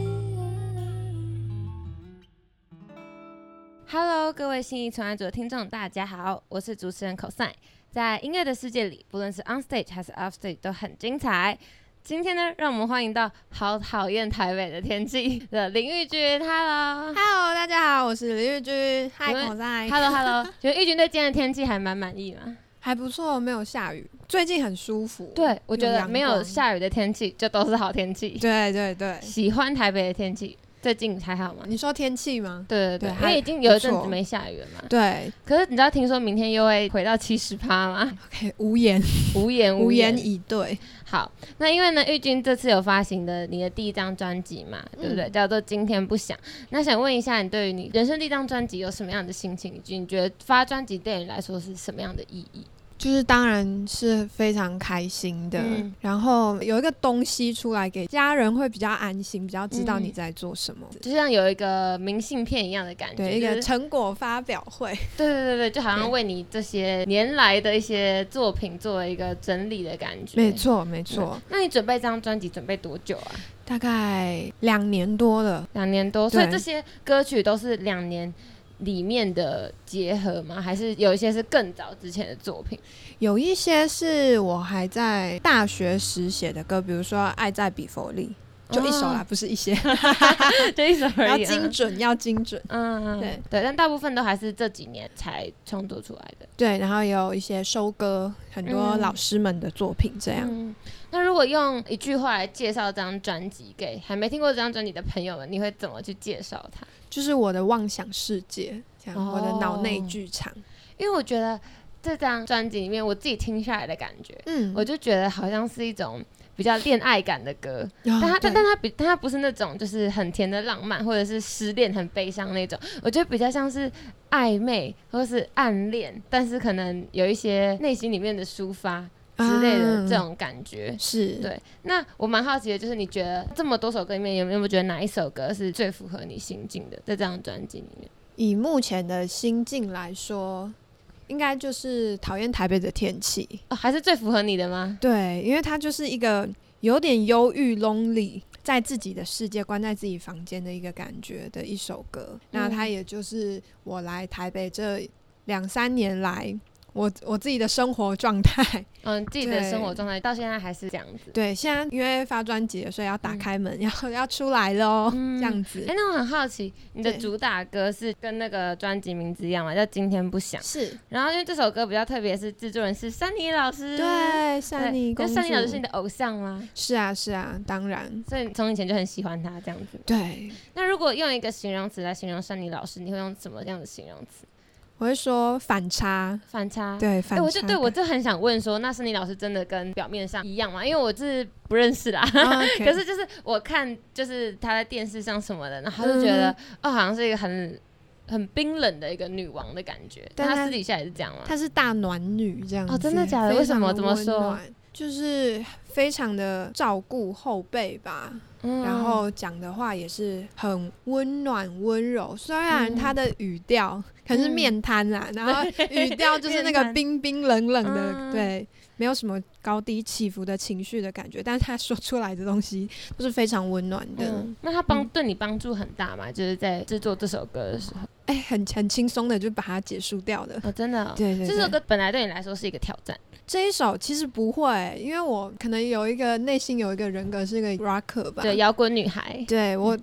Hello，各位信义存爱组的听众，大家好，我是主持人 cosine。在音乐的世界里，不论是 on stage 还是 off stage 都很精彩。今天呢，让我们欢迎到好讨厌台北的天气的林玉君，Hello。 Hello，大家好，我是李玉君。嗨，你们口在 Hello Hello，觉得玉君对今天的天气还蛮满意吗？还不错，没有下雨，最近很舒服。对，我觉有得阳没有光下雨的天气就都是好天气。对对对，喜欢台北的天气，最近还好吗？你说天气吗？对对对，对因还为已经有一阵不子错没下雨了嘛。对可是你知道，听说明天又会回到七十趴吗？ ，OK，无言无言无言言以对。好，那因为呢，玉君这次有发行的你的第一张专辑嘛，嗯对不对？叫做《今天不想》。那想问一下，你对于你人生第一张专辑有什么样的心情？以及你觉得发专辑对你来说是什么样的意义？就是当然是非常开心的，嗯然后有一个东西出来给家人会比较安心，比较知道你嗯在做什么。就像有一个明信片一样的感觉，对，一就个是 成果发表会，对对对对，就好像为你这些年来的一些作品作为一个整理的感觉。没。错没错，那你准备这张专辑准备多久啊？大概两年多了。两年多，所以对这些歌曲都是两年里面的结合吗？还是有一些是更早之前的作 品？有一些是我还在大学时写的歌，比如说《爱在比佛利》，就一首哦啦，不是一些，就一首而已、要精准，要精准。啊嗯，嗯，对对，但大部分都还是这几年才创作出来的。对，然后也有一些收割很多嗯老师们的作品，这样、嗯，那如果用一句话来介绍这张专辑给还没听过这张专辑的朋友们，你会怎么去介绍它？就是我的妄想世界，这样、我的脑内剧场。因为我觉得这张专辑里面，我自己听下来的感觉，嗯我就觉得好像是一种。比较恋爱感的歌，然但后它但但它比但它不是那种就是很甜的浪漫，或者是失恋很悲伤那种，我觉得比较像是暧昧或是暗恋，但是可能有一些内心里面的抒发，之类的这、啊种感觉。是对那我蛮好奇的，就是你觉得这么多首歌里面，有没有觉得哪一首歌是最符合你心境的？在这张专辑里面，以目前的心境来说，应该就是讨厌台北的天气。哦，还是最符合你的吗？对，因为他就是一个有点忧郁、lonely，在自己的世界、关在自己房间的一个感觉的一首歌。那嗯他也就是我来台北这两三年来，我我自己的生活状态。 嗯，自己的对生活状态到现在还是这样子。对，现在因为发专辑了，所以要打开门，要要出来喽，嗯这样子哎、。那我很好奇，你的对主打歌是跟那个专辑名字一样嘛，叫《今天不想》。是然后因为这首歌比较特别，是制作人是珊妮老师。对，嗯对，珊妮就公主，珊妮老师是你的偶像吗？是啊是啊，当然所以你从以前就很喜欢她这样子。对。那如果用一个形容词来形容珊妮老师，你会用什么样的形容词？我会说反差，反差。对反哎、差感。我就对我 就很想问说，那森林老师真的跟表面上一样吗？因为我是不认识 啦。 OK，可是就是我看就是她在电视上什么的，然后就觉得、嗯哦，好像是一个很很冰冷的一个女王的感觉。但她她私底下也是这样吗？她是大暖女这样子哦真的假的非常为什么怎么温说暖？就是非常的照顾后辈吧，嗯然后讲的话也是很温暖温柔。虽然她的语调可是面瘫 啦，然后语调就是那嗯面个瘫冰冰冷冷的，嗯对，没有什么高低起伏的情绪的感觉，但是她说出来的东西都是非常温暖的。嗯，那她帮对你帮助很大嘛？就是在制作这首歌的时候，哎、很很轻松的就把它结束掉的。哦，真的、哦。对对这对首歌本来对你来说是一个挑战，这一首其实不会，因为我可能有一个内心有一个人格是个 rocker 吧。对，摇嗯滚女 孩对我，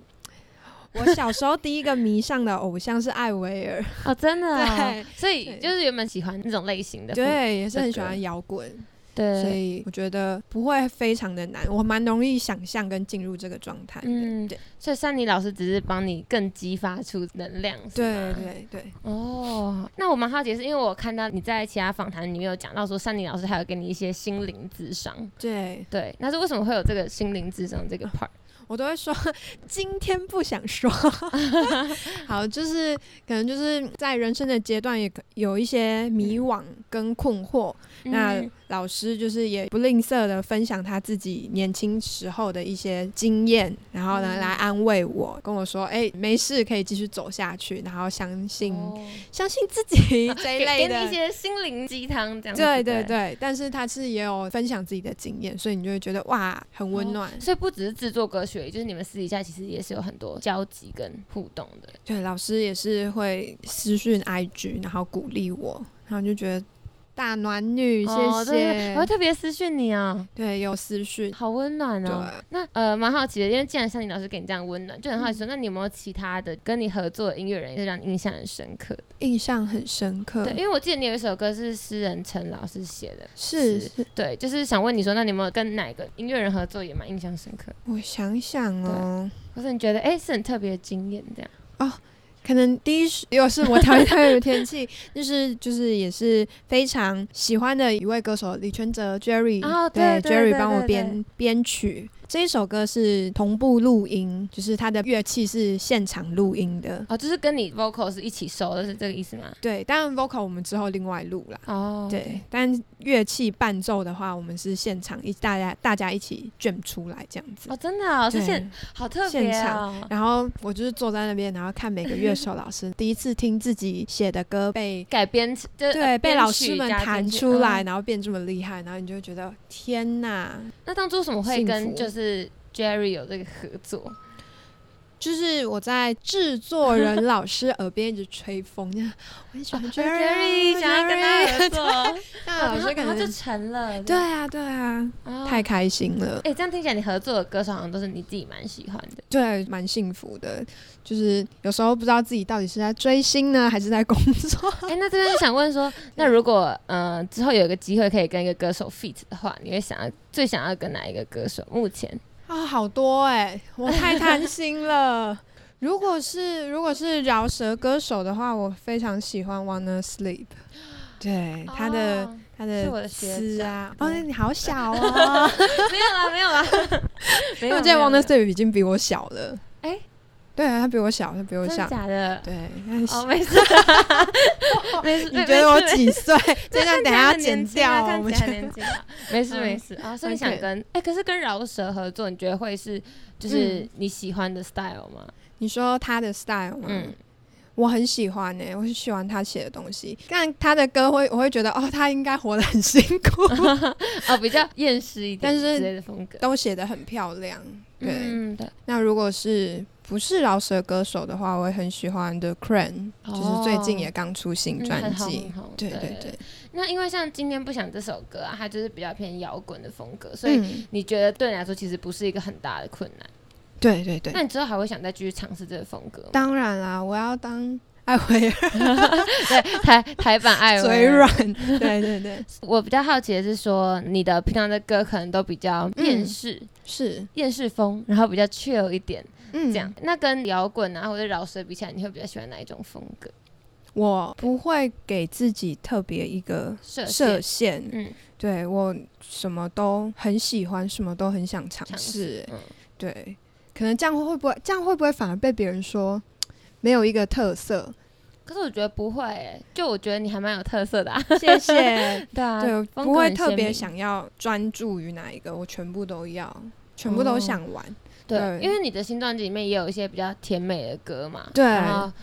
我小时候第一个迷上的偶像是艾 薇儿，哦，真的哦、对所以对就是原本喜欢那种类型的风格，对，也是很喜欢摇滚，对，所以我觉得不会非常的难，我蛮容易想象跟进入这个状态的。嗯对，所以珊妮老师只是帮你更激发出能量，是对吗。对对，哦，那我蛮好奇的是，因为我看到你在其他访谈里面有讲到说，珊妮老师还有给你一些心灵智商，对对，那是为什么会有这个心灵智商这个 part？我都会说今天不想说。 好，就是可能就是在人生的阶段也可有一些迷惘跟困惑，那嗯老师就是也不吝啬的分享他自己年轻时候的一些经验，然后呢嗯来安慰我，跟我说：“哎、没事，可以继续走下去，然后相信、哦相信 自己这一给类给你的一。些心灵鸡汤这”样子。对对。对对，但是他是也有分享自己的经验，所以你就会觉得哇，很温暖。所以不只是制作歌曲而已，就是你们私底下其实也是有很多交集跟互动的。对，老师也是会私讯 IG，然后鼓励我，然后就觉得大暖女，哦谢对对谢。我会特别私讯你啊，对，有私讯，好温暖哦。对那呃，蛮好奇的，因为既然像你老师给你这样温暖，就很好奇说，那你有没有其他的跟你合作的音乐人也是让你印象很深刻的？印象很深刻。对，因为我记得你有一首歌是诗人陈老师写的，是是是，对，就是想问你说，那你有没有跟哪个音乐人合作也蛮印象深刻，我想想哦，或是你觉得哎、是很特别的经验这样？嗯可能第一是又是我讨厌太热的天气，就是就是也是非常喜欢的一位歌手李全哲 Jerry，、哦对对对 Jerry 帮我对编编曲。这一首歌是同步录音，就是它的乐器是现场录音的。哦，就是跟你 vocal 是一起收的，是这个意思吗？对，当然 vocal 我们之后另外录啦。哦，对，但乐器伴奏的话，我们是现场一大家大家一起卷出来这样子。哦，真的哦，是对现好特别现哦。然后我就是坐在那边，然后看每个乐手老师第一次听自己写的歌被改编成就是对，被呃编老曲师们加进弹去出来，嗯然后变这么厉害，然后你就会觉得天哪！那当初为什么会幸跟福就是 Jerry 有这个合作？就是我在制作人老师耳边一直吹 风，这样我很喜欢 Jerry，啊想要跟他 Jerry 合 作，那老然后师可然后就能成了。对啊对啊，哦，太开心了，哎，这样听起来你合作的歌手好像都是你自己蛮喜欢 的。对，蛮幸福的。就是有时候不知道自己到底是在追星呢，还是在工作。哎，那这边就想问说，那如果呃之后有一个机会可以跟一个歌手 feat 的话，你会想要最想要跟哪一个歌手？目前啊，好多哎、我太贪心了。如果是如果是饶舌歌手的话，我非常喜欢 Wanna Sleep，对他的、哦他是我的的学词啊，长哦，对那你好小哦，没有啦，没有 啦， 没有因 为我记得 Wanna 没有 Sleep 已经比我小了，哎对啊，他比我小，他比我真的小，假的？对，但 是 哦，没事，没事，你没觉得我没事 几岁？这看段起等来下很年剪轻啊掉，看哦我们起来很觉得年轻 啊。没事嗯没事啊，所以你想 OK 跟哎，可是跟饶舌合作，你觉得会是就是嗯你喜欢的 style 吗？你说他的 style 吗？嗯我很喜欢呢、我很喜欢他写的东西。但他的歌会，我会觉得哦，他应该活得很辛苦， 哦，比较厌世一点，但是之类的风格。都写得很漂亮。对，嗯，对，那如果是不是饶舌歌手的话，我也很喜欢 The Crane，、就是最近哦也刚出新嗯专很红辑很。红对对对，那因为像今天不想这首歌啊，它就是比较偏摇滚的风格，所以嗯，你觉得对你来说其实不是一个很大的困难。对对对那，你之后还会想再继续尝试这个风格 吗？当然啦，我要当艾薇儿对，台台版艾薇 嘴儿软。 对对对，我比较好奇的是说，你的平常的歌可能都比较厌世、嗯是，厌世风，然后比较 chill 一点，嗯，这样。那跟摇滚啊或者饶舌比起来，你会比较喜欢哪一种风格？我不会给自己特别一个设设限限，嗯，对我什么都很喜欢，什么都很想尝尝试。嗯对，可能这样会不会这样会不会反而被别人说没有一个特色？可是我觉得不会、欸，就我觉得你还蛮有特色的、啊。谢谢。 对啊 对，风格不会很特鲜别明想要专注于哪一个，我全部都要，全部哦都想玩。对，对因为你的新专辑里面也有一些比较甜美的歌嘛，对然后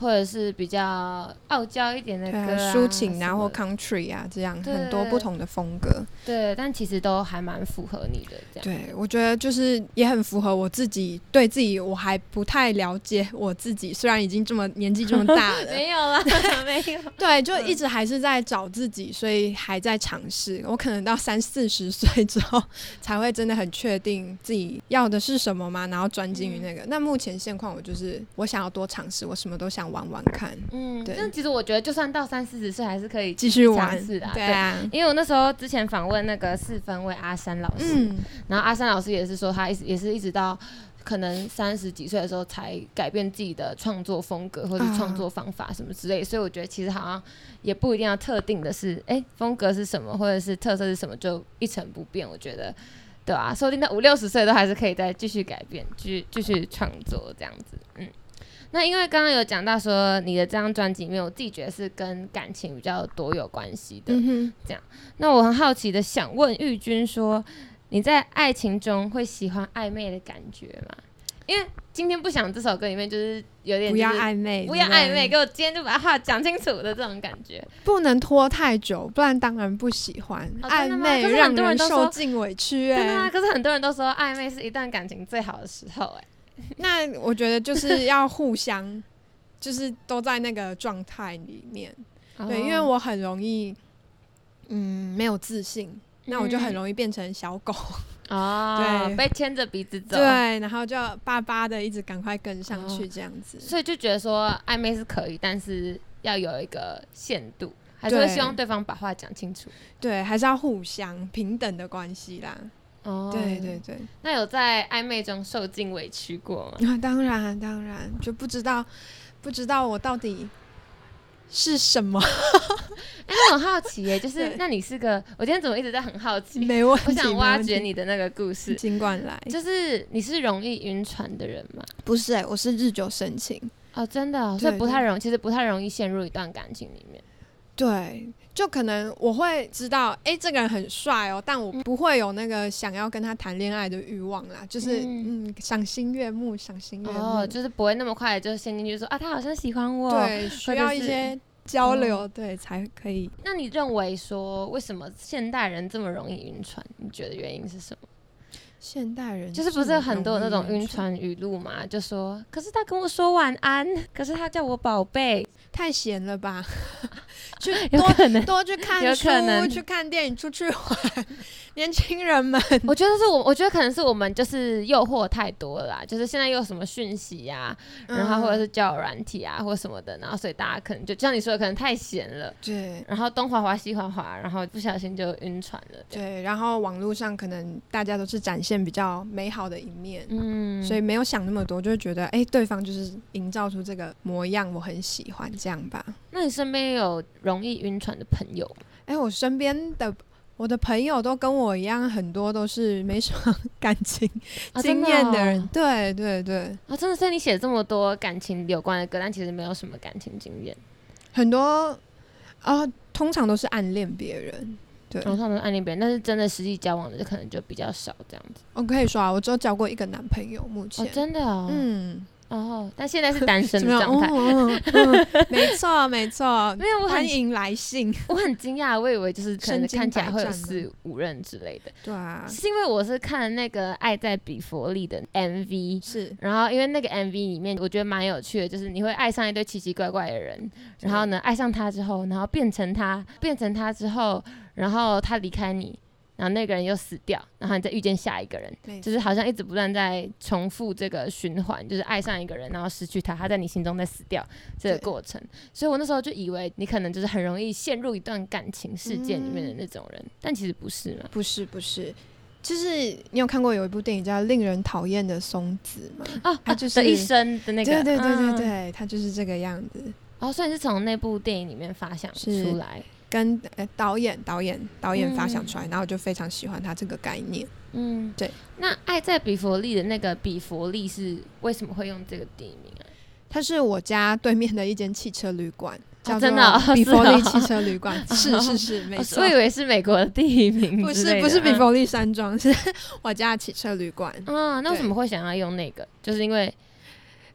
或者是比较傲娇一点的对歌、啊，啊，抒情啊，什么或的 country 啊，这样对很多对不同的风格。对，但其实都还蛮符合你的这样。对，我觉得就是也很符合我自己，对自己我还不太了解我自己，虽然已经这么年纪这么大了，没有啦， 没有。对，就嗯一直还是在找自己，所以还在尝试。我可能到三四十岁 之后，才会真的很确定自己要的是什么嘛，然后专嗯精于那个。那目前现况，我就是我想要多尝试，我什么都想玩玩看，嗯，对但其实我觉得，就算到三四十岁，还是可以继续玩尝试啊。对啊， 因为我那时候之前访问那个四分位阿山老师，嗯，然后阿山老师也是说，他一直也是一直到可能三十几岁的时候才改变自己的创作风格或者啊创作方法什么之类，所以我觉得其实好像也不一定要特定的是，哎、风格是什么或者是特色是什么就一成不变，我觉得。对啊，说不定到五六十岁都还是可以再继续改变，继续继续创作这样子。嗯，那因为刚刚有讲到说你的这张专辑里面，我自己觉得是跟感情比较多有关系的。嗯哼，那我很好奇的想问玉君说，你在爱情中会喜欢暧昧的感觉吗？因为今天不想这首歌里面就是有点、不就是、要暧昧，不要对对暧昧，给我今天就把话讲清楚的这种感觉。不能拖太久，不然当然不喜欢。哦真暧的吗昧可是很让多人都说受尽委屈、真的啊，哎，可是很多人都说暧昧是一段感情最好的时候、哎，那我觉得就是要互相，就是都在那个状态里面。哦对，因为我很容易，嗯，没有自信，那我就嗯很容易变成 小狗，啊、哦对被牵着鼻子走，，对，然后就巴巴的一直赶快跟上去这样子。哦所以就觉得说暧昧是可以，但是要有一个限度，还是会对希望对方把话讲清楚。对，还是要互相平等的关系啦。哦对对，对， 那有在暧昧中受尽委屈过吗？啊，当然当然，就不知道不知道我到底是什么 哎、那我很好奇耶、就是对那你是个，我今天怎么一直在很好奇？没问题。我想没挖问掘题，你的那个故事，尽管来。就是你是容易晕船的人吗？不是哎、我是日久生情。哦，真的、哦，对所以不太容其实不太容易陷入一段感情里面。对，就可能我会知道，哎、这个人很帅哦，但我嗯不会有那个想要跟他谈恋爱的欲望啦，就是嗯嗯赏心悦目，赏心悦目。哦，就是不会那么快就陷进去说啊，他好像喜欢我。对，需要一些交流，对，才可以。嗯那你认为说为什么现代人这么容易晕船？你觉得原因是什么？现代人就是不是很多那种晕， 船语录嘛，就说可是他跟我说晚安，可是他叫我宝贝，太闲了 吧？去有多可能。多去看有书可能，去看电影，出去玩， 年轻人们。我觉得是我，我觉得可能是我们就是诱惑太多了啦，就是现在又有什么讯息呀、 嗯然后或者是交友软体啊，或什么的，然后所以大家可能就就像你说的，可能太闲了，对。然后东滑滑西滑滑，然后不小心就晕船了。这样，对，然后网络上可能大家都是展现比较美好的一面，嗯，所以没有想那么多，就会觉得哎、诶对方就是营造出这个模样，我很喜欢这样吧。那你身边有容易晕船的朋友吗？哎、我身边的我的朋友都跟我一样，很多都是没什么 感情啊经验的人。真哦对对对，啊，真的是你写这么多感情有关的歌，但其实没有什么感情经验，很多啊、通常都是暗恋别人。对，然后他们暗恋别人，但是真的实际交往的可能就比较少这样子。我可以说啊，我只有交过一个男朋友，目前。哦，真的哦，嗯，哦，但现在是单身 怎么的样？状态。哦哦嗯没错，没错。没有，我很欢迎来信。 我很惊讶，我以为就是可能身经看起来会有百战的四五任之类的，对啊，是因为我是看那个《爱在比佛利》的 MV，是。然后因为那个 MV 里面我觉得蛮有趣的，就是你会爱上一堆奇奇怪怪的人，然后呢爱上他之后，然后变成他，变成他之后，然后他离开你，然后那个人又死掉，然后你再遇见下一个人，没就是好像一直不断在重复这个循环，就是爱上一个人，然后失去他，他在你心中再死掉这个对过程。所以我那时候就以为你可能就是很容易陷入一段感情事件里面的那种人，但其实不是嘛。不是不是，就是你有看过有一部电影叫《令人讨厌的松子》吗？啊，他啊就是的一生的那个，对对对对嗯对，他就是这个样子。哦，所以是从那部电影里面发想是出来。跟、呃导演导演导演发想嗯出来，然后我就非常喜欢他这个概念。嗯，对。那《爱在比佛利》的那个比佛利是为什么会用这个地名啊？它是我家对面的一间汽车旅馆，叫做真的哦比是佛利哦汽车 旅馆。是是是，没哦错我。以为是美国的地名不之是类的，不是比嗯佛利山庄，是我家的汽车旅馆。啊，那为什对么会想要用那个？就是因为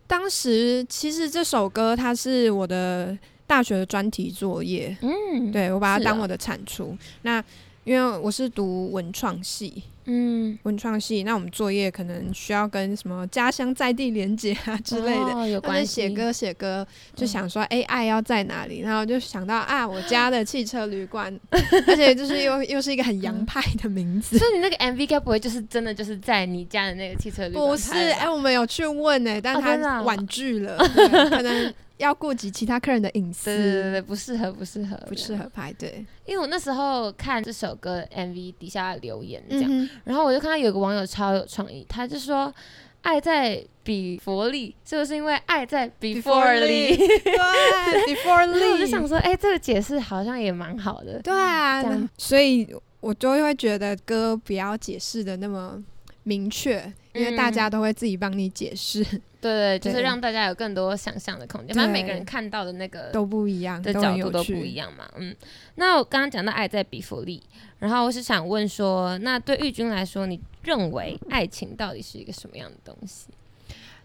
当时其实这首歌它是我的大学的专题作业，嗯，，对我把是它啊当我的产出。那因为我是读文创系，嗯文创系，那我们作业可能需要跟什么家乡在地连接啊之类的。哦、有或者关写系。歌写歌，就嗯想说哎，爱要在哪里？然后就想到啊，我家的汽车 旅馆，而且就是又又是一个很嗯洋派的名字。 所以你那个 MV 该不会就是真的就是在你家的那个汽车 旅馆不是，拍的吧哎，我们有去问哎，但哦真的他啊婉拒 了，对可能要顾及其他客人的隐对对对私，对，不适合，不适合，不适。合排队。因为我那时候看这首歌的 MV 底下留言这样，嗯哼，然后我就看到有个网友超有创意，他就说“爱在比佛利”，是不是因为爱在 before 利？对，before 然后我就 leave 想说，哎、这个解释好像也蛮好的。对啊，这样那所以我就会觉得歌不要解释的那么明确，因为大嗯家都会自己帮你解释，对对，就是对让大家有更多想象的空间，反正每个人对看到的那个都不一样，呃的都角很度有都不趣。一样嘛。嗯，那我刚刚讲到爱在比弗利，然后我是想问说，那对玉君来说，你认为爱情到底是一个什么样的东西？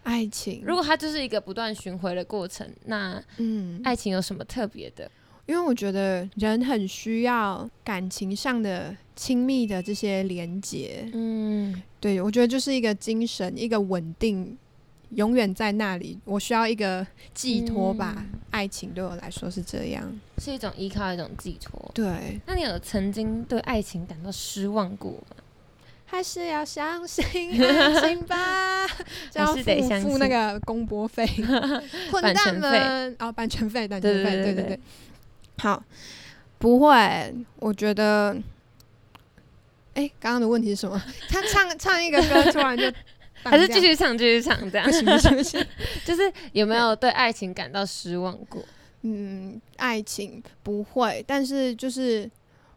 爱情，如果它就是一个不断巡回的过程，那嗯，爱情有什么特别的？因为我觉得人很需要感情上的亲密的这些连接，嗯，对我觉得就是一个精神，一个稳定，永远在那里。我需要一个寄托吧，嗯爱情对我来说是这样。是一种依靠，一种寄托。对，那你有曾经对爱情感到失望过吗？还是要相信爱 情吧，就要还是得付相信付那个公播 费，混版蛋权们哦，版权费，版权对费，对对对对对对对。好，不会，我觉得，哎、刚刚的问题是什么？ 他唱唱一个歌，突 然就还是继续续唱，继续唱这样 不？行不行不行，就是有没有对爱情感到失望过？嗯，爱情不会，但是就是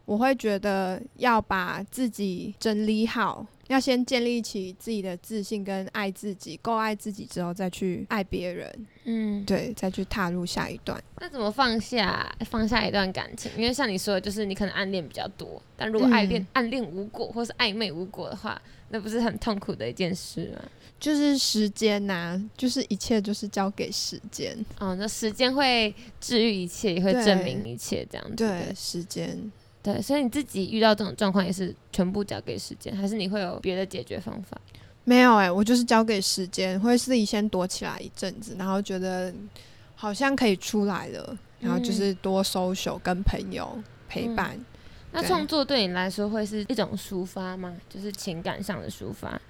我会觉得要把自己整理好，要先建立起自己的自信跟爱自己，够爱自己之后再去爱别人，嗯，对，再去踏入下一段。那怎么放下放下一段感情？因为像你说的，就是你可能暗恋比较多，但如果爱恋、嗯暗恋无果或是暧昧无果的话，那不是很痛苦的一件事吗？就是时间呐、就是一切就是交给时间，哦，那时间会治愈一切，也会对证明一切，这样子。对，时间。对，所以你自己遇到这种状况也是全部交给时间，还是你会有别的解决方法？没有哎、我就是交给时间，会自己先躲起来一阵子，然后觉得好像可以出来了，然后就是多 social 跟朋友陪伴。那对创作对你来说会是一种抒发吗？就是情感上的抒发？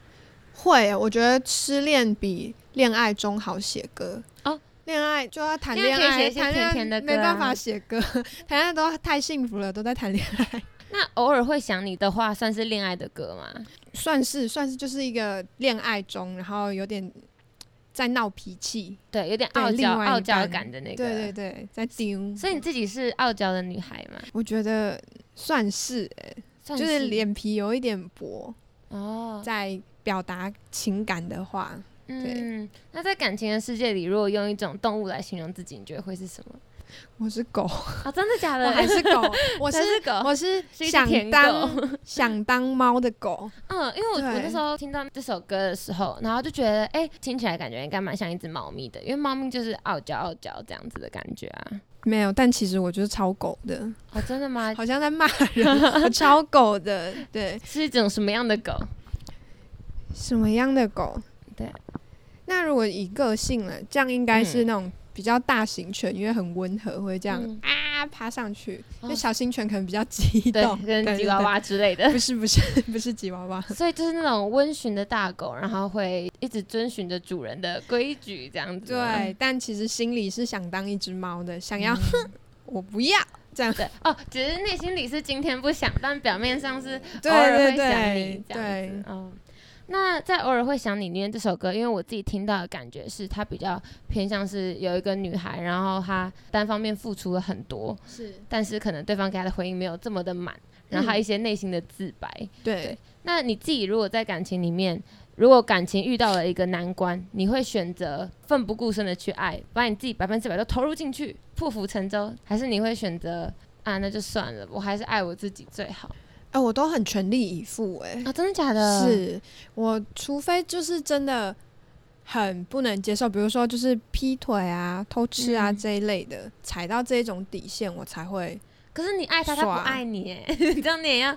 会欸，我觉得失恋比恋爱中好写歌哦。恋爱就要谈因为恋可以写爱，一些谈恋甜甜的爱歌没办啊法写歌，谈恋爱都太幸福了，都在谈恋爱。那偶尔会想你的话，算是恋爱的歌吗？算是算是就是一个恋爱中，然后有点在闹脾气，对，有点对傲另娇外一傲娇半感的那个。对对对，在丢。所以你自己是傲娇的女孩嘛？我觉得算是欸算就是脸皮有一点薄，哦，在表达情感的话，嗯。那在感情的世界里，如果用一种动物来形容自己，你觉得会是什么？我是狗，啊、真的假的？我 还是狗，我是还是狗？我是是一只想舔狗 当想当猫的狗，嗯，因为我我那对时候听到这首歌的时候，然后就觉得，哎、听起来感觉应该蛮像一只猫咪的，因为猫咪就是傲娇傲娇这样子的感觉啊。没有，但其实我就是超狗 的，哦，真的吗？好像在骂人，我 超狗的，对， 是一种什么样的狗？什么样的狗？对，那如果以个性了，这样应该是那种比较大型犬，因为很温和，会这样、嗯啊爬上去，哦就小型犬可能比较激对动，，跟吉娃娃之类的 对。。对对不是不是不是吉娃 娃，所以就是那种温驯的大狗，然后会一直遵循着主人的规矩，这样子啊吗。对，但其实心里是想当一只猫的，想要、哼， 我不要这样。对哦，只是内心里是今天不想，但表面上是偶尔对会对想对你这样对子。，嗯，那在偶尔会想你里面这首歌，因为我自己听到的感觉是，它比较偏向是有一个女孩，然后她单方面付出了很多，是，但是可能对方给她的回应没有这么的满，然嗯后还有一些内心的自白。对，那你自己如果在感情里面，如果感情遇到了一个难关，你会选择奋不顾身的去爱，把你自己百分之百都投入进去，破釜沉舟，还是你会选择啊，那就算了，我还是爱我自己最好哎，我都很全力以赴，哎，啊？真的假的？，是我除非就是真的很不能接受，比如说就是劈腿啊、偷吃啊嗯这一类的，踩到这种底线，我才会可是你爱他，他不爽爱你耶， 你这样你也要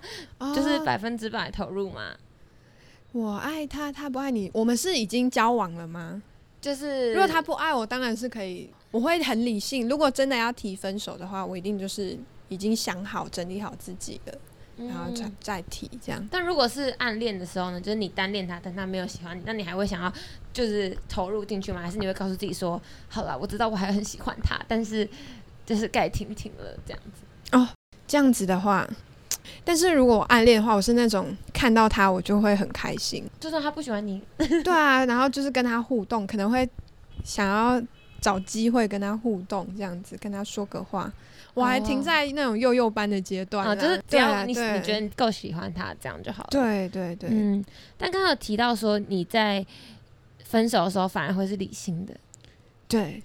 就是哦百分之百投入嘛？我爱他，他不爱你，我们是已经交往了吗？就是如果他不爱我，当然是可以，我会很理性。如果真的要提分手的话，我一定就是已经想好、整理好自己了，嗯然后再再提这样。但如果是暗恋的时候呢，就是你单恋他，但他没有喜欢你，那你还会想要就是投入进去吗？还是你会告诉自己说，好了，我知道我还很喜欢他，但是 就是该停停了这样子。这样子的话，但是如果我暗恋的话，我是那种看到他我就会很开心， 就算他不喜欢你，对啊，然后就是跟他互动，可能会想要找机会跟他互动，这样子跟他说个话。我还哦停在那种幼幼班的阶段啦、啊，就是只对要啊你你对觉得你够喜欢他，这样就好了。，对对对，嗯。但刚刚有提到说你在分手的时候反而会是理性的，对，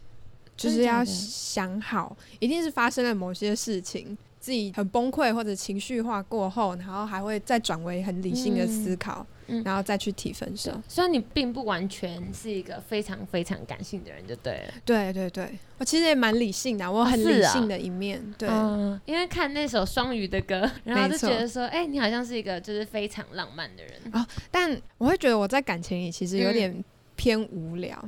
就真的是假要的想好，一定是发生了某些事情，自己很崩溃或者情绪化过后，然后还会再转为很理性的思嗯考，嗯然后再去提分手。虽然你并不完全是一个非常非常感性的人，就对了。对对对，我其实也蛮理性的，我哦很是理啊性的一面。对，嗯，因为看那首双鱼的歌， 然后就觉没错得说，哎、你好像是一个就是非常浪漫的人。但我会觉得我在感情里其实有嗯点偏无聊，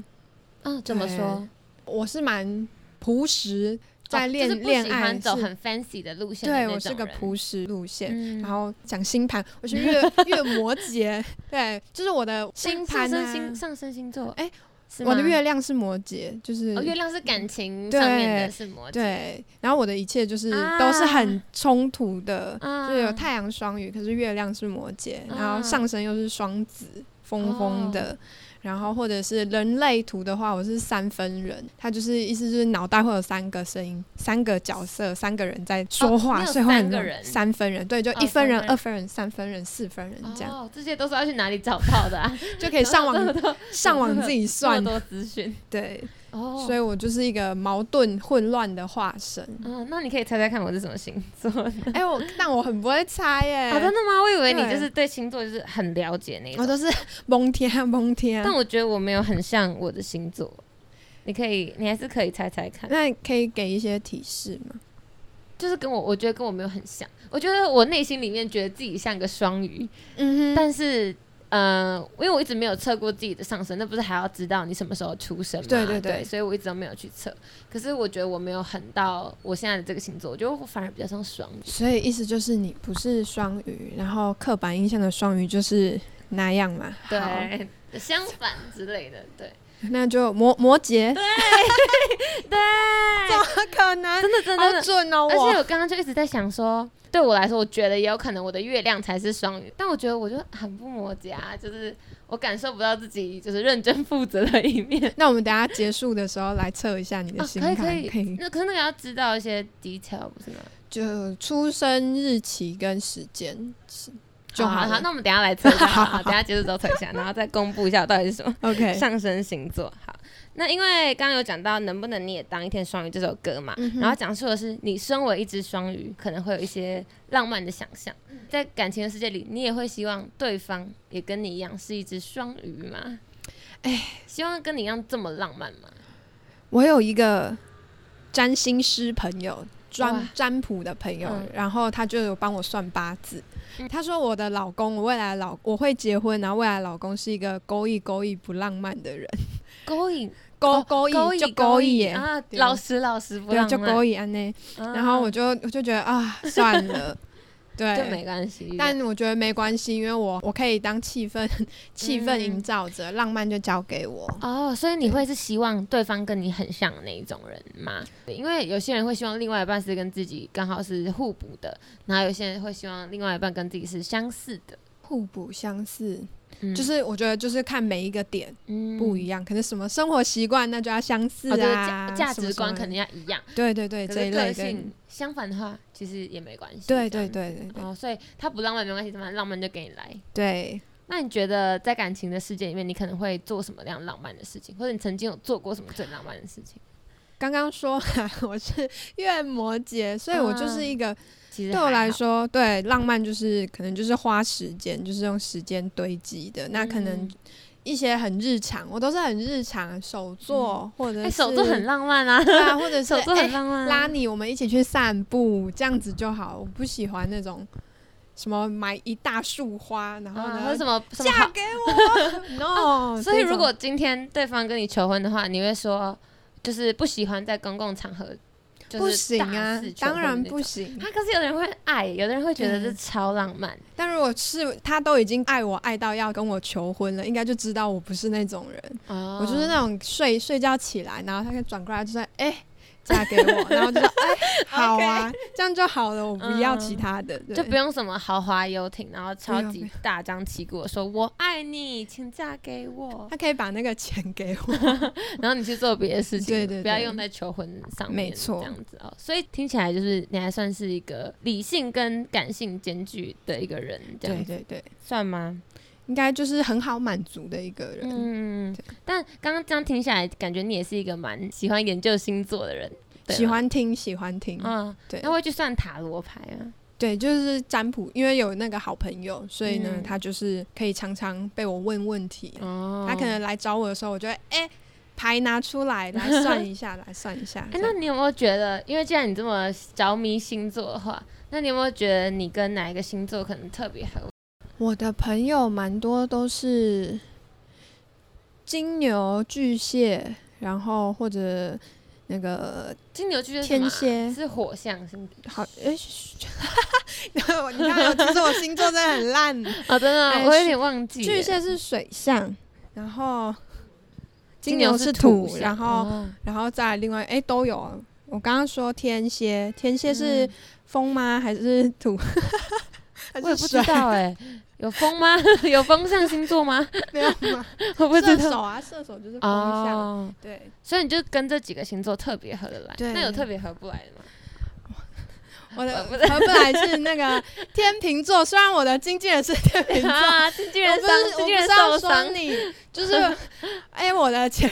嗯、啊怎么说？我是蛮朴实，哦在恋就是不恋、喜爱欢走是很 fancy 的路线的那对种我人。是个朴实路线。嗯，然后讲星盘，我是月 月摩羯，对，就是我的星盘上升啊，星上升星座，哎是我的吗月亮是摩羯，就是、哦，月亮是感情上面的，是摩羯，对，然后我的一切就是啊都是很冲突的，啊就是有太阳双鱼，可是月亮是摩羯，然啊后上升又是双子，疯疯哦的。然后或者是人类图的话，我是三分人，他就是意思就是脑袋会有三个声音、三个角色、三个人在哦说你话，有所以会三很个乱人三分人，对，就哦一分人、三分人二分人、三分人、四分人这样，哦，这些都是要去哪里找到的啊？就 可以上 这么网多上网自己这么算。多资讯对，哦，所以我就是一个矛盾混乱的化 身。嗯，那你可以猜猜看我是什么星座？哦， 哎、我但我很不会猜耶、真的吗？我以为你对哦就是对星座就是很了解那我种，都是 蒙天啊蒙天啊但。我觉得我没有很像我的星座。你可以，你还是可以猜猜看，那可以给一些提示吗？就是跟我，我觉得跟我没有很像。我觉得我内心里面觉得自己像个双鱼，嗯但是，呃，因为我一直没有测过自己的上升，那不是还要知道你什么时候出生吗？对对对对所以我一直都没有去测。可是我觉得我没有很到我现在的这个星座，我觉得我反而比较像双鱼。所以意思就是你不是双鱼，然后刻板印象的双鱼就是那样嘛。好，对，相反之类的，对那就摩摩羯，对，怎么可能？真的真的真好的。准哦！而且我我刚刚就一直在想说，对我来说，我觉得也有可能我的月亮才是双鱼，但我觉得我就很不摩羯啊，就是我感受不到自己就是认真负责的一 面。那我们等一下结束的时候来测一下你的啊，星可盘、以可以，那可是那个要知道一些 detail 不是吗？就出生日期跟时间是就好啊好好，了。那我们等一下来测一下，好好 好，等一下结束之后测一下，然后再公布一下我到底是什么 OK，上升星座。好，那因为刚刚有讲到能不能你也当一天双鱼这首歌嘛，嗯哼然后讲述的是你身为一只双鱼，可能会有一些浪漫的想象，嗯在感情的世界里，你也会希望对方也跟你一样是一只双鱼吗？哎，希望跟你一样这么浪漫吗？我有一个占星师朋友，哇专占卜的朋友，嗯然后他就有帮我算八字。他说我的老公，我未来的老我会结婚，然后未来的老公是一个勾引勾引不浪漫的人，勾引，勾勾哦勾引就勾引耶，啊！对老实老实不对，啊浪就漫勾，引安呢。啊然后我就我就觉得 啊，算了，就对。没关系，但我觉得没关系，因为我我可以当气氛 气氛嗯营造者，浪漫就交给我。哦，所以你会是希望对方跟你很像的那一种人吗？对因为有些人会希望另外一半是跟自己刚好是互补的，然后有些人会希望另外一半跟自己是相似的，互补相似，嗯就是我觉得就是看每一个点，不一样。样，可能什么生活习惯那就要相似嗯哦，对，啊，价价什么值观什么肯定要一样，对对对可这是一个类性跟相反的话，其实也没关系。对这样对对对对哦，所以他不浪漫没关系，反正浪漫就给你来。对，那你觉得在感情的世界里面，你可能会做什么样浪漫的事情，或者你曾经有做过什么最浪漫的事情？刚刚说啊 我是月摩羯，所以我就是一个嗯其实对我还来好，说，对浪漫就是可能就是花时间，就是用时间堆积的。那可能嗯一些很日常，我都是很日常手作或者哎，是手作很浪漫啊， 对啊，或者是手作哎很浪漫啊，拉你，我们一起去散步，这样子就好。我不喜欢那种什么买一大束花，然后啊，呢或者什么什么 嫁好。哦给我 ，no 这种。所以如果今天对方跟你求婚的话，你会说就是不喜欢在公共场合，就是不行大啊肆，求婚当然那种不。行。他可是有的人会爱，有的人会觉得这嗯超浪漫。但如果是他都已经爱我爱到要跟我求婚了，应该就知道我不是那种人。哦 我就是那种睡睡觉起来，然后他就转过来就说：“哎、嫁给我，然后就说哎好啊， 这样就好了，我不要其他的，对就不用什么豪华游艇，然后超不要不级要大张旗鼓地说“我爱你，请嫁给 我他可以把那个钱给我，”，然后你去做别的事情，对对不要对用在求婚上面，没错这样子哦。所以听起来就是你还算是一个理性跟感性兼具的一个人，这样对子对对，算吗？应该就是很好满足的一个人。嗯，但刚刚这样听下来，感觉你也是一个蛮喜欢研究星座的人，对吗啊喜欢听，喜欢听，嗯，对那会去算塔罗牌啊，对，就是占卜，因为有那个好朋友，所以呢，嗯他就是可以常常被我问问题。哦他可能来找我的时候，我就会哎、牌拿出来，来算一下， 来算一下。哎、这那样你有没有觉得，因为既然你这么着迷星座的话，那你有没有觉得你跟哪一个星座可能特别合？我的朋友蛮多都是金牛、巨蟹，然后或者那个金牛巨蟹是什天么啊蝎是火象星座好哎，嘘嘘 你看我，其实我星座真的很烂。哦，真的、哎我有点忘记巨了。蟹是水象，然后金金牛牛是是土土，象，然后哦然后再另外哎、都有啊。我刚刚说天蝎，天蝎是嗯风吗？还是土？ 还我也不是 知水道哎、有风吗？ 有风象星座吗？ 没有吗？我不知射道手。啊，射手就是风象。哦，对，所以你就跟这几个星座特别合得来，对那有特别合不来的吗？我的我不合不来是那个天秤座，虽然我的经纪人是天秤座， 啊，经纪我人不伤是，我 经不纪是人要受说伤， 你，就是哎、我的前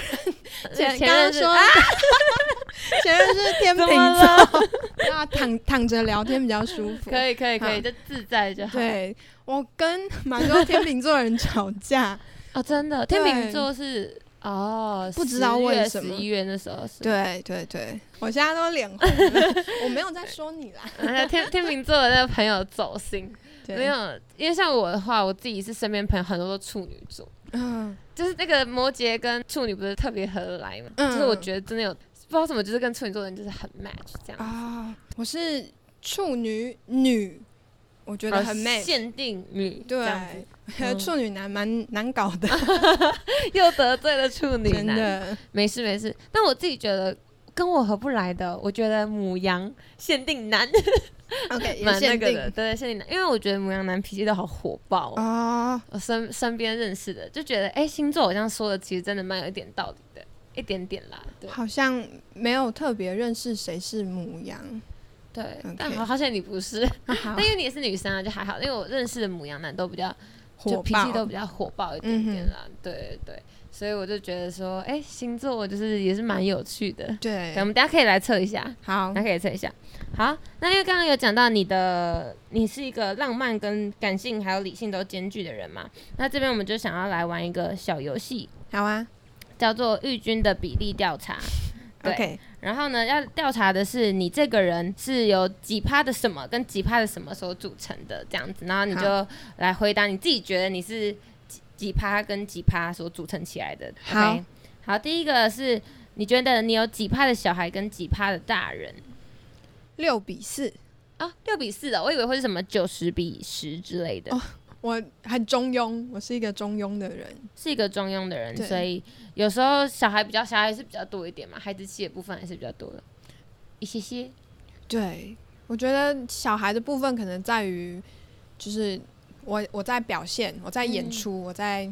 前前刚任刚是啊说前任是 天怎秤么座， 那躺躺着聊天比较舒服。可以可以可以，好就自在 就好。对我跟蛮多天秤座人吵架， 哦，真的，天秤对座是哦，不知道为什么十一月那时候是。 对对对，我现在都脸红了，我没有在说 你啦，然后哎天天秤座的那个朋友走心，对没，有，因为像我的话，我自己是身边朋友很多都处女座，嗯，就是那个摩羯跟处女不是特别合得来嘛，嗯就是我觉得真的有不知道为什么，就是跟处女座的人就是很 match 这样，啊，我是处女女，我觉得很美，限定女这样子对，，我觉得 处女男蛮难搞的， 又得罪了处女真男， 的，没事没事，但我自己觉得。跟我合不来的，我觉得母羊限定男 OK，也蛮那限个定的，对对，限定男，因为我觉得母羊男脾气都好火爆、哦，啊，我身身边认识的，就觉得哎、诶星座我这样说的，其实真的蛮有一点道理的，一点点啦，对好像没有特别认识谁是母羊，对。 OK 但好好像你不是，好但因为你也是女生啊，就还好。因为我认识的母羊男都比较，就火脾气都爆，嗯比较火爆一点点啦，对对对。所以我就觉得说，哎、星座我就是也是蛮有趣的。对，我对，们大家可以来测一下，好大家，可以测一下。好，那因为刚刚有讲到你的，你是一个浪漫跟感性还有理性都兼具的人嘛，那这边我们就想要来玩一个小游戏，好啊叫做玉军的比例调查。对，OK，然后呢，要调查的是你这个人是由几趴的什么跟几趴的什么所组成的这样子，然后你就来回答你自己觉得你是几几趴跟几趴所组成起来的。好 OK 好，第一个是你觉得你有几趴的小孩跟几趴的大人六比四，啊？六比四的，我以为会是什么九十比十之类的，哦我很中庸，我是一个中庸的人。是一个中庸的人，对所以有时候小孩比较小孩是比较多一点嘛，孩子气的部分还是比较多的，一些些。对，我觉得小孩的部分可能在于，就是我我在表现，我在演出，我在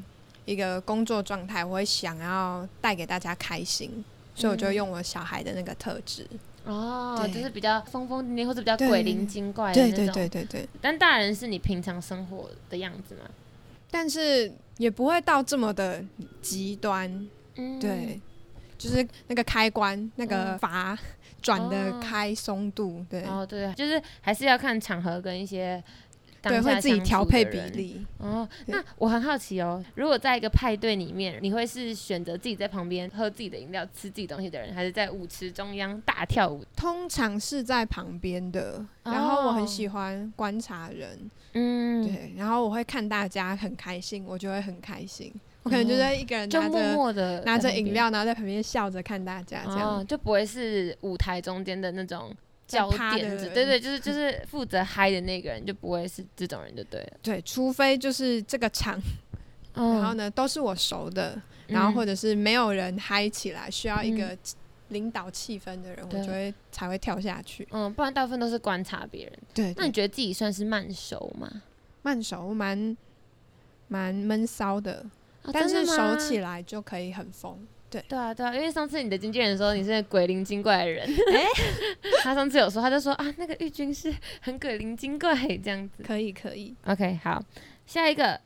一个工作状态，我会想要带给大家开心，所以我就嗯用我小孩的那个特质。哦，对就是比较疯疯癫癫，或者比较对鬼灵精怪哎的那对种。对对对对，但大人是你平常生活的样子嘛？但是也不会到这么的极端，嗯，对。就是那个开关，那个嗯阀转哦的开松度，对哦，对，就是还是要看场合跟一些当对，下会自己相处调配的比人。例。哦，对那我很好奇哦，如果在一个派对里面，你会是选择自己在旁边喝自己的饮料、吃自己东西的人，还是在舞池中央大跳舞？通常是在旁边的，然后我哦很喜欢观察人，嗯，对，然后我会看大家很开心，我就会很开心。我可嗯能就哦在一个人就拿默着、默的拿着饮。料，然后在旁边笑着看大家这样。哦，就不会是舞台中间的那种在焦趴点的子，人对对，就是就是负责嗨的那个人，就不会是这种人就对了。对，除非就是这个场，嗯哦然后呢都是我熟的，然后或者者是没有人嗨起来，需要一个领导气氛的人，我对就会才会跳下去。嗯，不然大部分都是观察别人。对，那你觉得自己算是慢熟吗？慢熟蛮蛮闷骚哦的，啊但是熟起来。来就可以很疯。对啊，对啊，因为上次你的经纪人说你是鬼灵精怪的 人，哎他上次有说，他就说啊，那个玉君是很鬼灵精怪这样子。可以，可以， OK，好，下一个，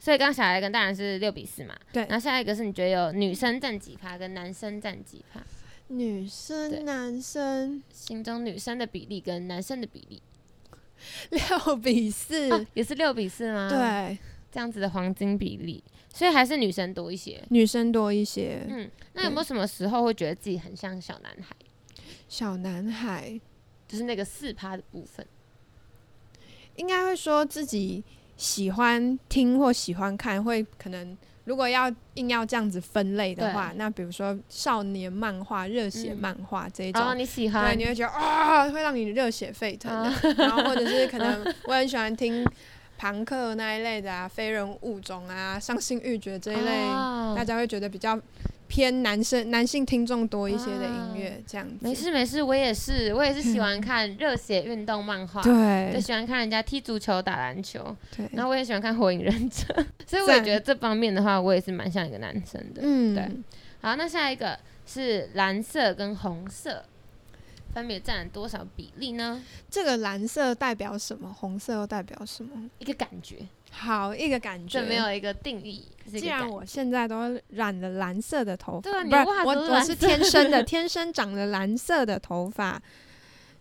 所以刚刚小孩跟大人是六比四嘛，对然后下一个是你觉得有女生占几趴跟男生占几趴，女对生男生 心中女生的比例跟男生的比例，六比四、啊、也是六比四吗？，对，这样子的黄金比例，所以还是女生多一些。女生多一些。嗯，那有没有什么时候会觉得自己很像小男孩？小男孩就是那个四趴的部分。应该会说自己喜欢听或喜欢看，会可能。如果要硬要这样子分类的话，那比如说少年漫画、热血嗯漫画这一种，哦，你喜对，欢你？会觉得啊、会让你热血沸腾啊的。然后或者是可 能我很喜欢听朋克那一类的啊，非人物种啊，伤心欲绝这一类，哦大家会觉得比较偏男生男性听众多一些的音乐这样啊没子。事没事，我也是，我也是喜欢看热血运动漫画，就嗯对喜欢看人家踢足球、打篮球，对，然后我也喜欢看《火影忍者》，所以我也赞觉得这方面的话，我也是蛮像一个男生的。嗯，对好，那下一个是蓝色跟红色，分别占了多少比例呢？这个蓝色代表什么？红色又代表什么？一个感觉，好，一个感觉这没。有一个定义。可是一个既然感我现在都染了蓝色的头发，对啊你不的是袜子都是我我蓝是色天生的， 天生长了蓝色的头发，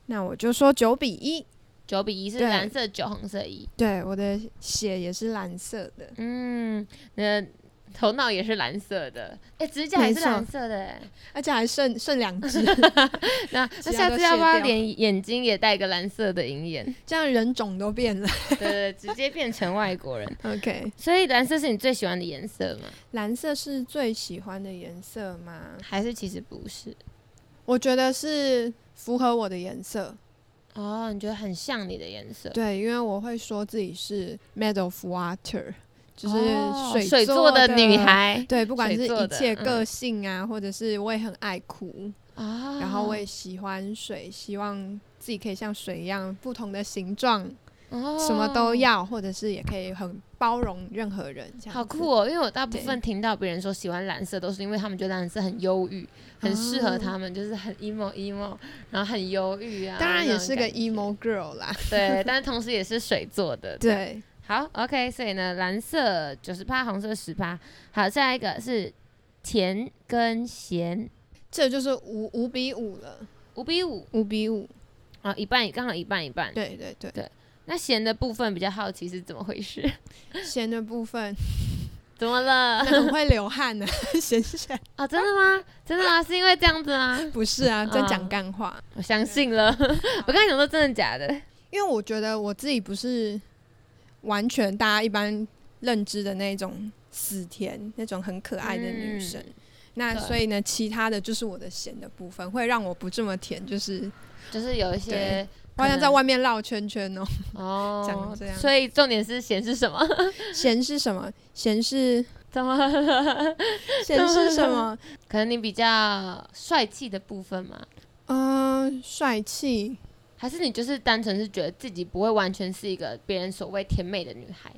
那我就说九比一。九比一是对蓝色九，红色一。对，我的血也是蓝色的，嗯，那头脑也是蓝色的，哎、指甲也没是错蓝色的、哎。而且还剩剩两 只，那那其他下都次要卸不要掉连眼睛也戴个蓝色的银 眼？这样人种都变了。对对，对直接变成外国人。 OK， 所以蓝色是你最喜欢的颜色吗？蓝色是最喜欢的颜色吗？还是其实不是？我觉得是符合我的颜色。哦，你觉得很像你的颜色？对，因为我会说自己是 made of water，就是哦水水做的女的。孩对，不管水是做一的切嗯个性啊，或者是我也很爱哭，啊然后我也喜欢水，希望自己可以像水一样，不同的形状，什什么都。要，或者是也可以很包容任何人，这样好子酷哦！因为我大部对分听到别人说喜欢蓝色，都是因为他们觉得蓝色很忧郁，很适合哦他们，就是很 emo emo，然后很忧郁啊。当然也那种是个感觉 emo girl 啦， 对，但是同时也是水做的。这样对，好，OK，所以呢，蓝色九十八，红色十八。好，下一个是甜跟咸，这就是五五比五了，五比五五比五，啊，一半刚好一半一半。对对对，那咸的部分比较好奇是怎么回事？咸的部分 怎么了那？很会流汗啊 呢、咸咸 哦，真的吗？真的 吗？是因为这样子吗？不是啊，在啊讲干话，我相信了。我刚才想说真的假的？因为我觉得我自己不是完全大家一般认知的那种死甜那种很可爱的女生。那对所以呢，其他的就是我的咸的部分，会让我不这么甜，就是就是有一些我好像在外面绕圈圈哦。哦长这样所以重点是咸是什 么？咸是什么？咸是怎么了？咸是什么？可能你比较帅气的部分嘛？嗯、帅气，还是你就是单纯是觉得自己不会完全是一个别人所谓甜美的女孩？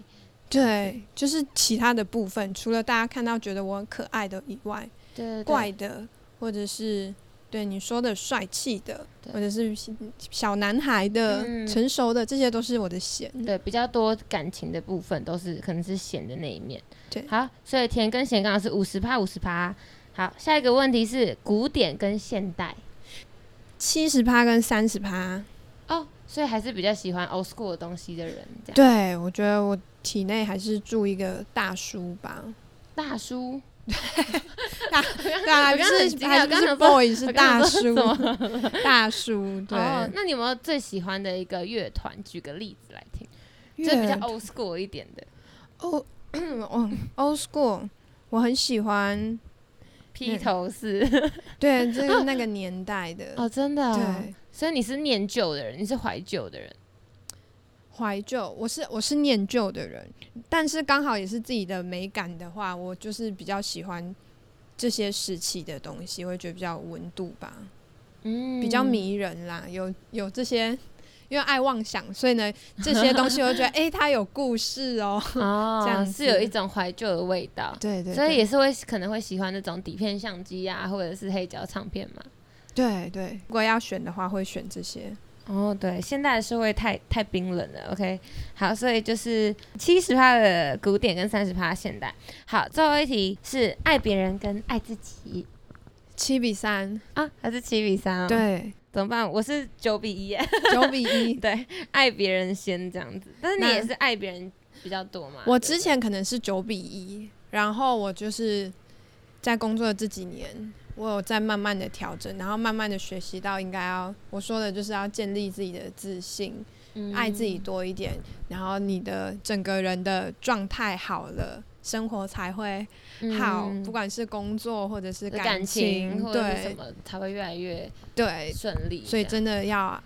对，就是其他的部分，除了大家看到觉得我很可爱的以外，对对对，怪的，或者是对你说的帅气的，对或者是小男孩的、嗯成熟的，这些都是我的咸。对比较多感情的部分都是可能是咸的那一面。对好，所以甜跟咸刚好是五十趴五十趴。好，下一个问题是古典跟现代七十趴跟三十趴，哦，所以还是比较喜欢 old school 的东西的人，这样对我觉得我体内还是住一个大叔 吧。大叔。大对啊，我不刚刚很是惊还讶，刚不刚是想说 boy 是我大刚想叔说，怎么 大叔 对。哦，那你有没有最喜欢的一个乐团？举个例子来听，乐就比较 old school 一点的哦， 哦 old school，我很喜欢，披头士。 对，这个那个年代的，哦，真的、哦，对，所以你是念旧的人，你是怀旧的人，怀旧，我是我是念旧的人，但是刚好也是自己的美感的话，我就是比较喜欢这些时期的东西，我会觉得比较有温度吧，嗯比较迷人啦。有有这些，因为爱妄想，所以呢，这些东西我就觉得，哎、它有故事哦。哦，这样子是有一种怀旧的味道。对对所以也是会可能会喜欢那种底片相机啊，或者是黑胶唱片嘛。对对，如果要选的话，会选这些。哦，对，现代的社会太太冰冷了。OK，好，所以就是七十趴的古典跟三十趴现代。好，最后一题是爱别人跟爱自己七比三，啊，还是七比三、哦？，对，怎么办？我是九比一耶。 九比一。对，爱别人先这样子，但是你那也是爱别人比较多嘛？我啊对之前可能是九比一，然后我就是在工作的这几年，我有在慢慢的调整，然后慢慢的学习到应该要我说的就是要建立自己的自信，嗯爱自己，多一点，然后你的整个人的状态好了。生活才会嗯好，嗯不管是工作或者是有感情，或者是什对么才会越来越对，顺利。所以这样真的要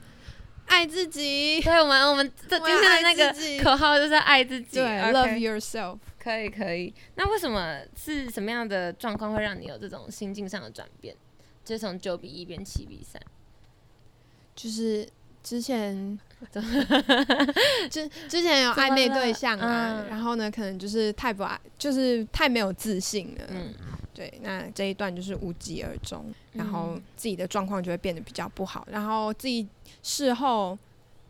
爱自己，对我们我 们这今我要天的爱那个自己口号就是要爱自己。对 OK ，love yourself。可以可以。那为什么是什么样的状况会让你有这种心境上的转变？就是从九比一变七比三，就是之前怎， 之之前有怎么暧昧了对象啊嗯，然后呢，可能就是太不爱，就是太没有自信了。嗯，对，那这一段就是无疾而终，然后嗯自己的状况就会变得比较不好，然后自己事后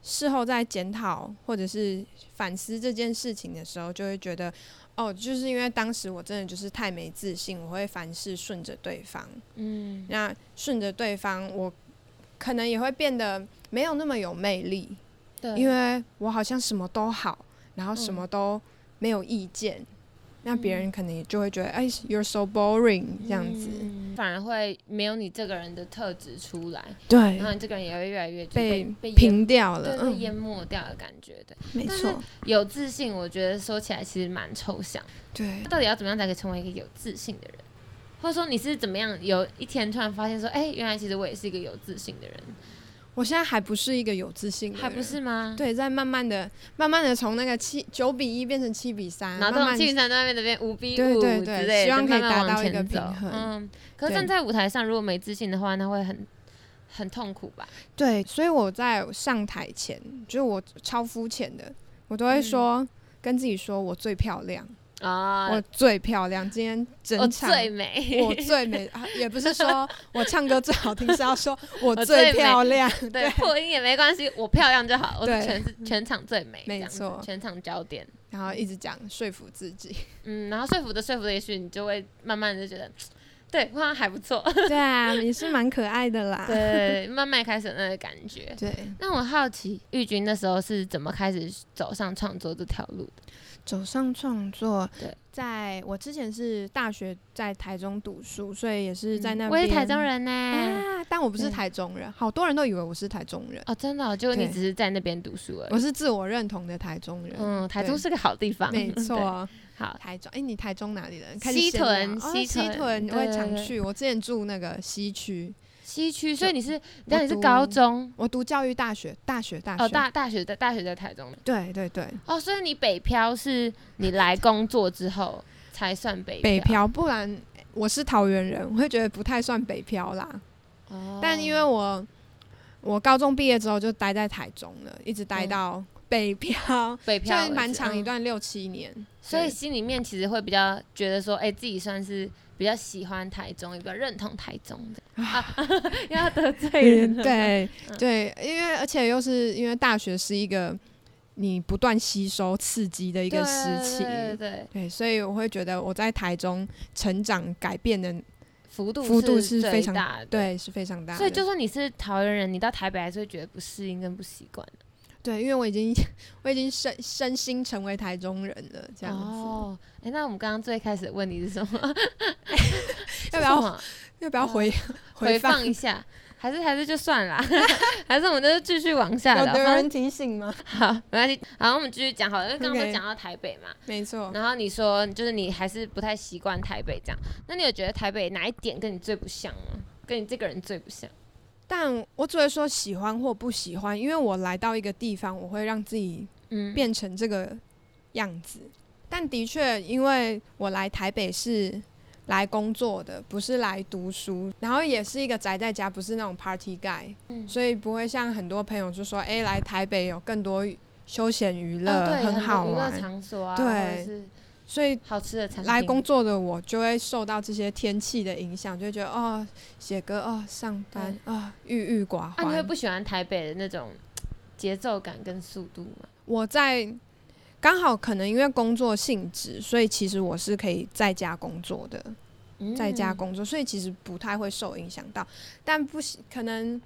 事后再检讨或者是反思这件事情的时候，就会觉得。哦，就是因为当时我真的就是太没自信，我会凡事顺着对方，嗯那顺着对方，我可能也会变得没有那么有魅力，对，因为我好像什么都好，然后什嗯么都没有意见，那别人可能也就会觉得，哎，you're so boring 这样子，嗯反而会没有你这个人的特质出来，对然，后你这个人也会越来越就是被被淹平掉了嗯对，，被淹嗯，没掉的感觉的。没但错是，有自信，我觉得说起来其实蛮抽象。对那，到底要怎么样才可以成为一个有自信的人？或者说你是怎么样有一天突然发现说，哎、原来其实我也是一个有自信的人，我现在还不是一个有自信的人，还不是吗？对，在慢慢的、慢慢的从那个七九比一变成七比三，然啊慢后到慢气云山那边那边五比对五对之对类的，希望可以慢慢达到往一个前走平衡嗯，可是对站在舞台上如果没自信的话，那会很很痛苦吧？对，所以我在上台前，就是我超肤浅的，我都会嗯说、跟自己说我最漂亮，啊，我最漂亮，今天我整场。最美，我最美、啊，也不是说我唱歌最好听，是要说我我最最美漂亮。 对破音也没关系，我漂亮就好，我是对全是全场最美，没这样子错全场焦点。然后一直讲说服自己，嗯，然后说服的说服的，也许你就会慢慢的觉得， 对，我好像还不错，对啊，也是蛮可爱的 啦对，慢慢开始有那个感觉。对，那我好奇，玉君那时候是怎么开始走上创作这条路的？走上创作对，在我之前是大学在台中读书，所以也是在那边。嗯我也是台中人呢、啊，但我不是对台中人，好多人都以为我是台中人。哦，真的、哦，就你对只是在那边读书而我已。是自我认同的台中人。嗯，台对中是个好地方，没 对。错，好，台中。哎、你台中哪里人？开始西闲屯聊哦西西屯屯，对我也对常对去。我之前住那个西区，西区，所以你是，那我你是读高中我读教育大学，大学，大学。哦，大大学在大学在台中对对对，哦，所以你北漂是你来工作之后才算北北漂，不然我是桃园人，我会觉得不太算北漂啦。哦但因为我我高中毕业之后就待在台中了，一直待到北漂，嗯北就漂为止蛮长一，嗯段六七年。所以对心里面其实会比较觉得说，哎、自己算是比较喜欢台中，也比较认同台中 的啊， 又要得罪人了，嗯嗯对对，因为而且又是因为大学是一个你不断吸收刺激的一一个时期，对对对，对，所以我会觉得我在台中成长改变的，幅度幅度是是最非常大的，对，是非常大的。所以就算你是桃园人，你到台北还是会觉得不适应跟不习惯的对，因为我已经我已经身身心成为台中人了，这样子。哦，哎、那我们刚刚最开始的问题是什么？ 要不是什要么要不要回、回放放？一下？还是还是就算 啦，还是我们就继续往下有聊。的人提醒吗？好，没关系。好，我们继续讲好了，因为刚刚都 OK 讲到台北嘛。 没错，然后你说，就是你还是不太习惯台北这样，那你有觉得台北哪一点跟你最不像吗？跟你这个人最不像？但我只会说喜欢或不喜欢，因为我来到一个地方，我会让自己嗯，变成这个样子。但的确，因为我来台北是来工作的，不是来读书，然后也是一个宅在家，不是那种 party guy，、嗯所以不会像很多朋友就说，哎、来台北有更多休闲娱乐，哦对，很多好娱乐玩。场所啊，对或者是所以好吃的餐厅。来工作的我就会受到这些天气的影响，就会觉得哦，写歌哦，上班哦，郁郁寡啊，你欢。会不喜欢台北的那种节奏感跟速度吗？我在刚好可能因为工作性质，所以其实我是可以在家工作的，在嗯家工作，所以其实不太会受影响到。但不喜可能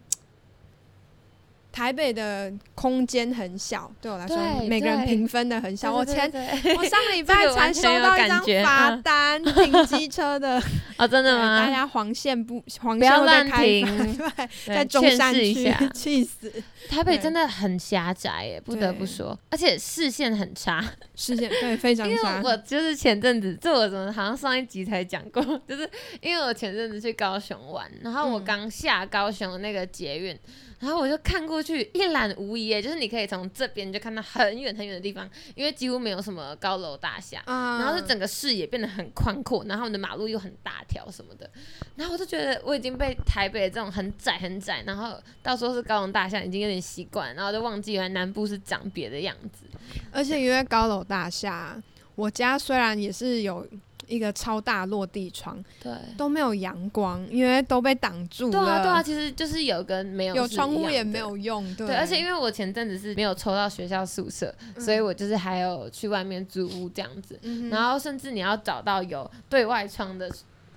台北的空间很小，对我来说对，每个人对评分的很对，小。我对前对我上这礼拜个完才全收有到一感张觉罚嗯单，停机 车的。 哦，真的对大吗？家黄线不黄不要线会被乱开罚 停对，对在中劝山示一区 下 气死。台北对真的很狭窄耶，不得不对说，而且视线很差。事件对非常因为差，我就是前阵子，这我怎么好像上一集才讲过， 就是因为我前阵子去高雄玩，然后我嗯刚下高雄那个捷运，然后我就看过去一览无遗耶，就是你可以从这边就看到很远很远的地方，因为几乎没有什么高楼大厦。啊然后就整个视野变得很宽阔，然后我们的马路又很大条什么的，然后我就觉得我已经被台北这种很窄很窄，然后到时候是高雄大厦已经有点习惯，然后就忘记原来南部是长别的样子。而且因为高楼大厦，我家虽然也是有一个超大落地窗，对，都没有阳光，因为都被挡住了。对啊，对啊，其实就是有跟没有有是窗一户样也的没。有用，对嗯对，而且因为我前阵子是没有抽到学校宿舍，所以我就是还有去外面租屋这样子。嗯哼然后甚至你要找到有对外窗的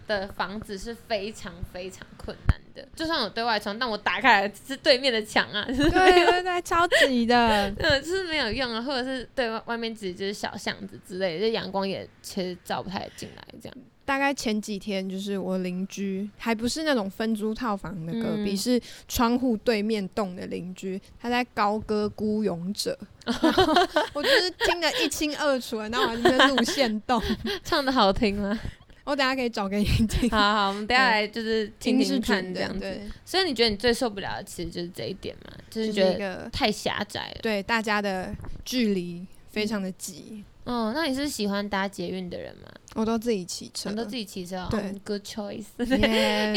的房子是非常非常困难的。就算有对外窗，但我打开来是对面的墙啊，就是没对有，。对对，超级的 嗯，就是没有用啊，或者是对外外面只就是小巷子之类的，就阳光也其实照不太进来这样。大概前几天就是我邻居，还不是那种分租套房的隔壁，嗯是窗户对面栋的邻居，他在高歌《孤勇 者》然后我就是听得一清二楚的，然后我还在那边录线动，唱的好听吗？ 我等下可以找给你听。好好，我们等下来就是听听听是看准这的样，子。对，所以你觉得你最受不了的其实就是这一点嘛，就就是是觉得一个太狭窄了。对大家的距离非常的挤，哦，那你是喜欢搭捷运的人吗？我都自己骑车，你都自己己。骑车、哦，对嗯，good choice。因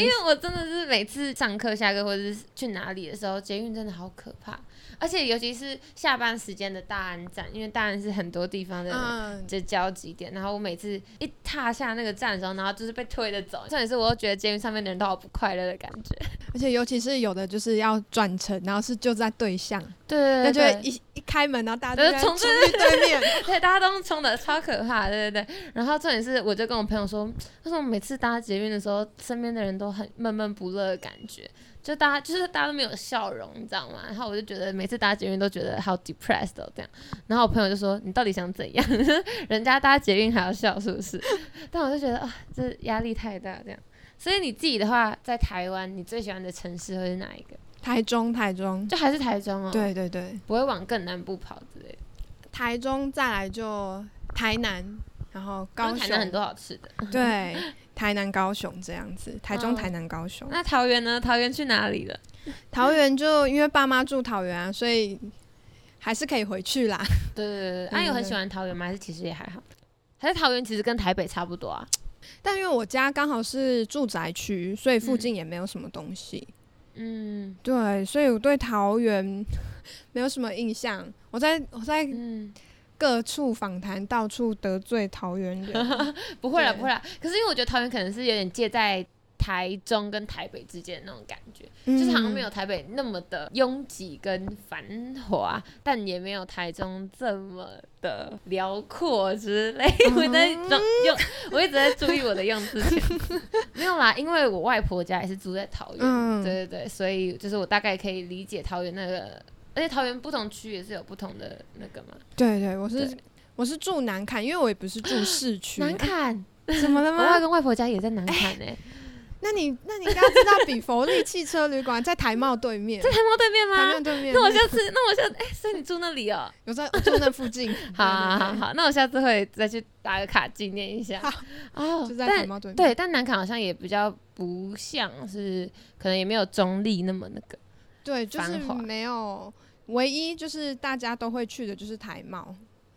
因为我真的是每次上课、下课或者是去哪里的时候，捷运真的好可怕，而且尤其是下班时间的大安站，因为大安是很多地方的嗯，这交集点，然后我每次一踏下那个站的时候，然后就是被推着嗯走。重点是，我又觉得监狱上面的人都好不快乐的感觉。而且尤其是有的就是要转乘，然后是就在对向，对对那对就会一一开门，然后大家呃就在冲冲去对面， 对，大家都冲的超可怕，对对对。然后重点是，我就跟我朋友说，为什么每次搭捷运的时候，身边的人都很闷闷不乐的感觉，就大家就是大家都没有笑容，你知道吗？然后我就觉得每次搭捷运都觉得好 depressed 哦，这样。然后我朋友就说，你到底想怎样？ 人家搭捷运还要笑，是不是？ 但我就觉得啊，这压力太大，这样。所以你自己的话，在台湾，你最喜欢的城市会是哪一个？台中，台中，就还是台中哦，，对对对，不会往更南部跑之类的。台中再来就台南，然后高因为哦台雄，南很多好吃的。对，台南、高雄这样子，台中、哦台南、高雄，那桃园呢？桃园去哪里了？桃园就因为爸妈住桃园啊，所以还是可以回去啦。对嗯对对，对那有对很对喜欢桃园吗？还是其实也还好？还是桃园其实跟台北差不多啊？但因为我家刚好是住宅区，所以附近也没有什么东西，嗯嗯对，所以我对桃园 没有什么印象。我在我在嗯，各处访谈，到处得罪桃园 人，嗯不会啦对不会啦。可是因为我觉得桃园可能是有点介在台中跟台北之间的那种感觉，就是嗯好像没有台北那么的拥挤跟繁华，但也没有台中这么的辽阔之类。 我在嗯用用，我一直在注意我的用字遣词。 没有啦，因为我外婆家也是住在桃园，嗯对对对，所以就是我大概可以理解桃园那个。而且桃园不同区也是有不同的那个嘛，对对，我是对我是住南坎，因为我也不是住市区。哎嗯南坎，怎么了我外 吗？公外婆家也在南坎呢、那你那你应该知道比佛利汽车旅馆在台茂对面，在台猫对面台茂吗？对面。那我下次，那我下次，哎、所以你住那里哦、我在我住那附 近。好好对好对对好，那我下次会再去打个卡纪念一下。哦就在台但茂对面。对，但南坎好像也比较不像是，可能也没有中立那么那个。对，就繁是华没有，唯一就是大家都会去的就是台贸，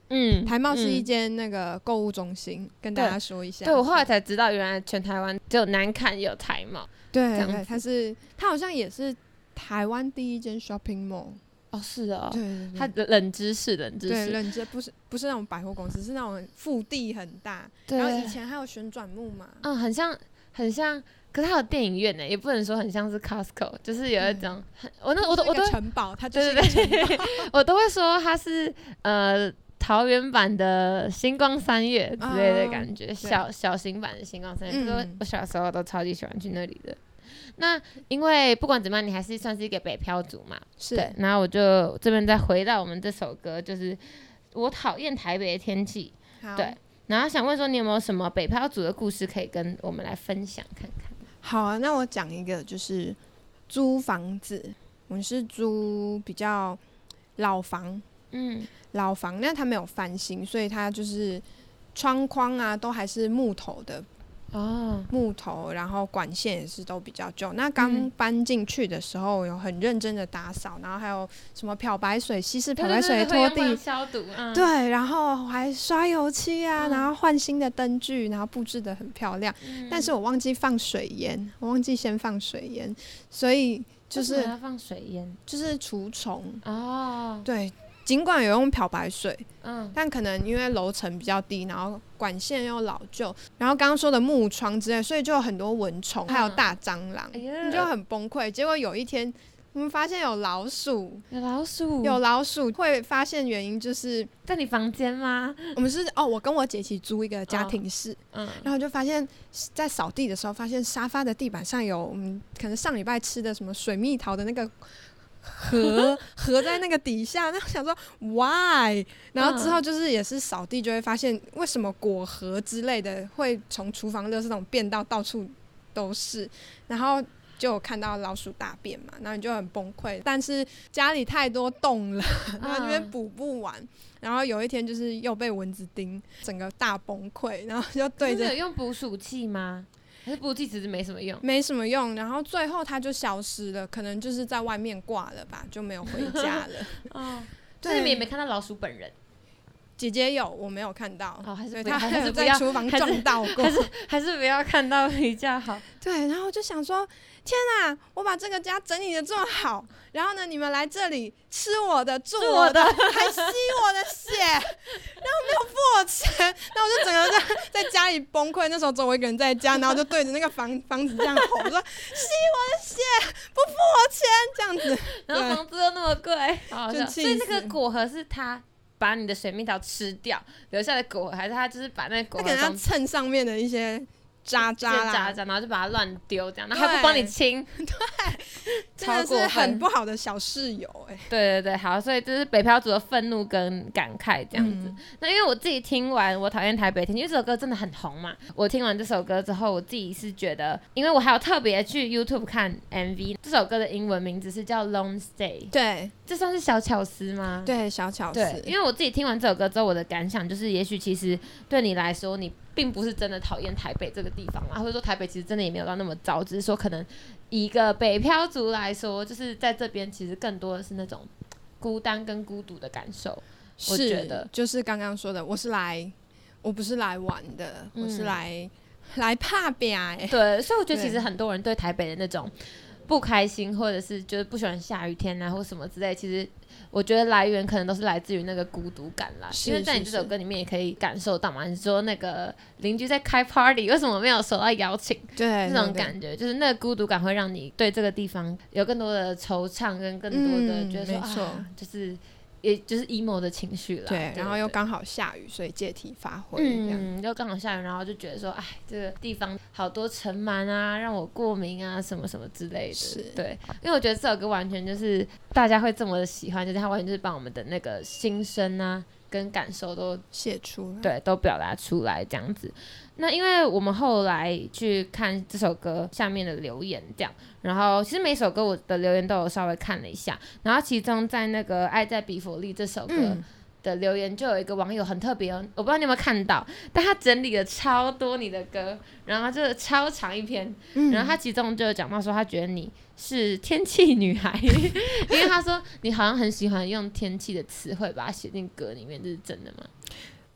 嗯台贸是一嗯间那个购物中心，跟大对家说一下。对我后来才知道，原来全台湾只有南坎有台贸。这对样对，子它是它好像也是台湾第一间 shopping mall。哦，是哦，对对对，它的冷知识，冷知对识，认真不是不是那种百货公司，是那种腹地很大，对然后以前还有旋转木马。嗯，很像，很像。可是它有电影院欸呢，也不能说很像是 Costco，就是有一嗯种很，我那我它都就是我一都个城堡，它就对是一个 城对堡。对，我都会说它是呃桃园版的星光三月之类的感觉，小小型版的星光三月。哦嗯可是我小时候都超级喜欢去那里的。那因为不管怎么样，你还是算是一个北漂族嘛。对是，，然后我就这边再回到我们这首歌，就是我讨厌台北的天气。好对然后想问说，你有没有什么北漂族的故事可以跟我们来分享看看？好啊，那我讲一个，就是租房子，我们是租比较老房，嗯，老房，那它没有翻新，所以它就是窗框啊都还是木头的，哦，木头，然后管线也是都比较旧。那刚嗯搬进去的时候有很认真的打扫，然后还有什么漂白水、稀释漂对白对水对，拖会地，用来消毒，嗯，对，啊然后还刷油漆啊，嗯然后换新的灯具，然后布置的很漂亮。嗯但是我忘记放水烟，我忘记先放水烟，所以就为什么是要放水烟就是除虫。哦，对，尽管有用漂白水，嗯但可能因为楼层比较低，然后管线又老旧，然后刚刚说的木窗之类，所以就有很多蚊虫，还有嗯大蟑螂，哎呀你就很崩溃。结果有一天。我们发现有老鼠，有老鼠有老鼠会发现原因就是在你房间吗？我们是哦，我跟我姐一起租一个家庭室， 嗯，然后就发现，在扫地的时候，发现沙发的地板上有我们可能上礼拜吃的什么水蜜桃的那个核核在那个底下。那我想说，why？然后之后就是也是扫地，就会发现为什么果核之类的会从厨房垃圾桶变到到处都是，然后。就有看到老鼠大便嘛，然后你就很崩溃。但是家里太多洞了，然后这边补不完。然后有一天就是又被蚊子叮，整个大崩溃，然后就对对着有用捕鼠器吗？还是捕鼠器其实没什么用？没什么用，然后最后它就消失了，可能就是在外面挂了吧，就没有回家 了。哦，但对，是你们也没看到老鼠本人，姐姐有，我没有看到，哦还是对不要她还是有不在要厨房还是撞到过还， 是还是不要看到比较 好。对，然后我就想说，天啊，我把这个家整理的这么好，然后呢，你们来这里吃我的、住我 的，还吸我的血，然后没有付我钱，那我就整个在在家里崩溃。那时候只有我一个人在家，然后就对着那个房房子这样吼，我说吸我的血，不付我钱，这样子。然后对房租又那么贵，好好就笑。气所以那个死果核是他把你的水蜜桃吃掉留下的果核，还是他就是把那个果核他可能要从蹭上面的一些渣渣渣啦，渣渣，然后就把它乱丢这样，然后还不帮你对清，真超的过是很分不好的小室友哎、对对对，好，所以这是北漂族的愤怒跟感慨这样子。那因为我自己听完《我讨厌台北天》，因为这首歌真的很红嘛。我听完这首歌之后，我自己是觉得，因为我还有特别去 YouTube 看 MV，这首歌的英文名字是叫《Long Stay》，对这算是小巧思吗？对，小巧思，嗯对，因为我自己听完这首歌之后，我的感想就是，也许其实对你来说，你并不是真的讨厌台北这个地方啊啦，或者说台北其实真的也没有到那么糟，只是说可能以一个北漂族来说，就是在这边其实更多的是那种孤单跟孤独的感受。我是觉得就是刚刚说的，我是来，我不是来玩的，我是嗯来来怕表哎、对，所以我觉得对其实很多人对台北的那种不开心，或者是就是不喜欢下雨天啊，或什么之类，其实我觉得来源可能都是来自于那个孤独感啦。是因为在你是这首是歌里面也可以感受到嘛，你说那个邻居在开 party，为什么没有收到邀请？对，那种对感觉，就是那个孤独感会让你对这个地方有更多的惆怅，跟更多的嗯觉得说、没错啊，就是也就是 emo 的情绪啦。对，然后又对刚好下雨，所以借题发挥这样。嗯，又刚好下雨，然后就觉得说，哎，这个地方好多尘螨啊，让我过敏啊，什么什么之类的。是对，因为我觉得这首歌完全就是大家会这么的喜欢，就是它完全就是把我们的那个心声啊跟感受都写出来，对，都表达出来这样子。那因为我们后来去看这首歌下面的留言，这样，然后其实每首歌我的留言都有稍微看了一下，然后其中在那个《爱在比佛利》这首歌，嗯，的留言就有一个网友很特别哦，我不知道你有没有看到，但他整理了超多你的歌，然后就是超长一篇，嗯然后他其中就有讲到说，他觉得你是天气女孩， 因为他说你好像很喜欢用天气的词汇把它写进歌里面，这是真的吗？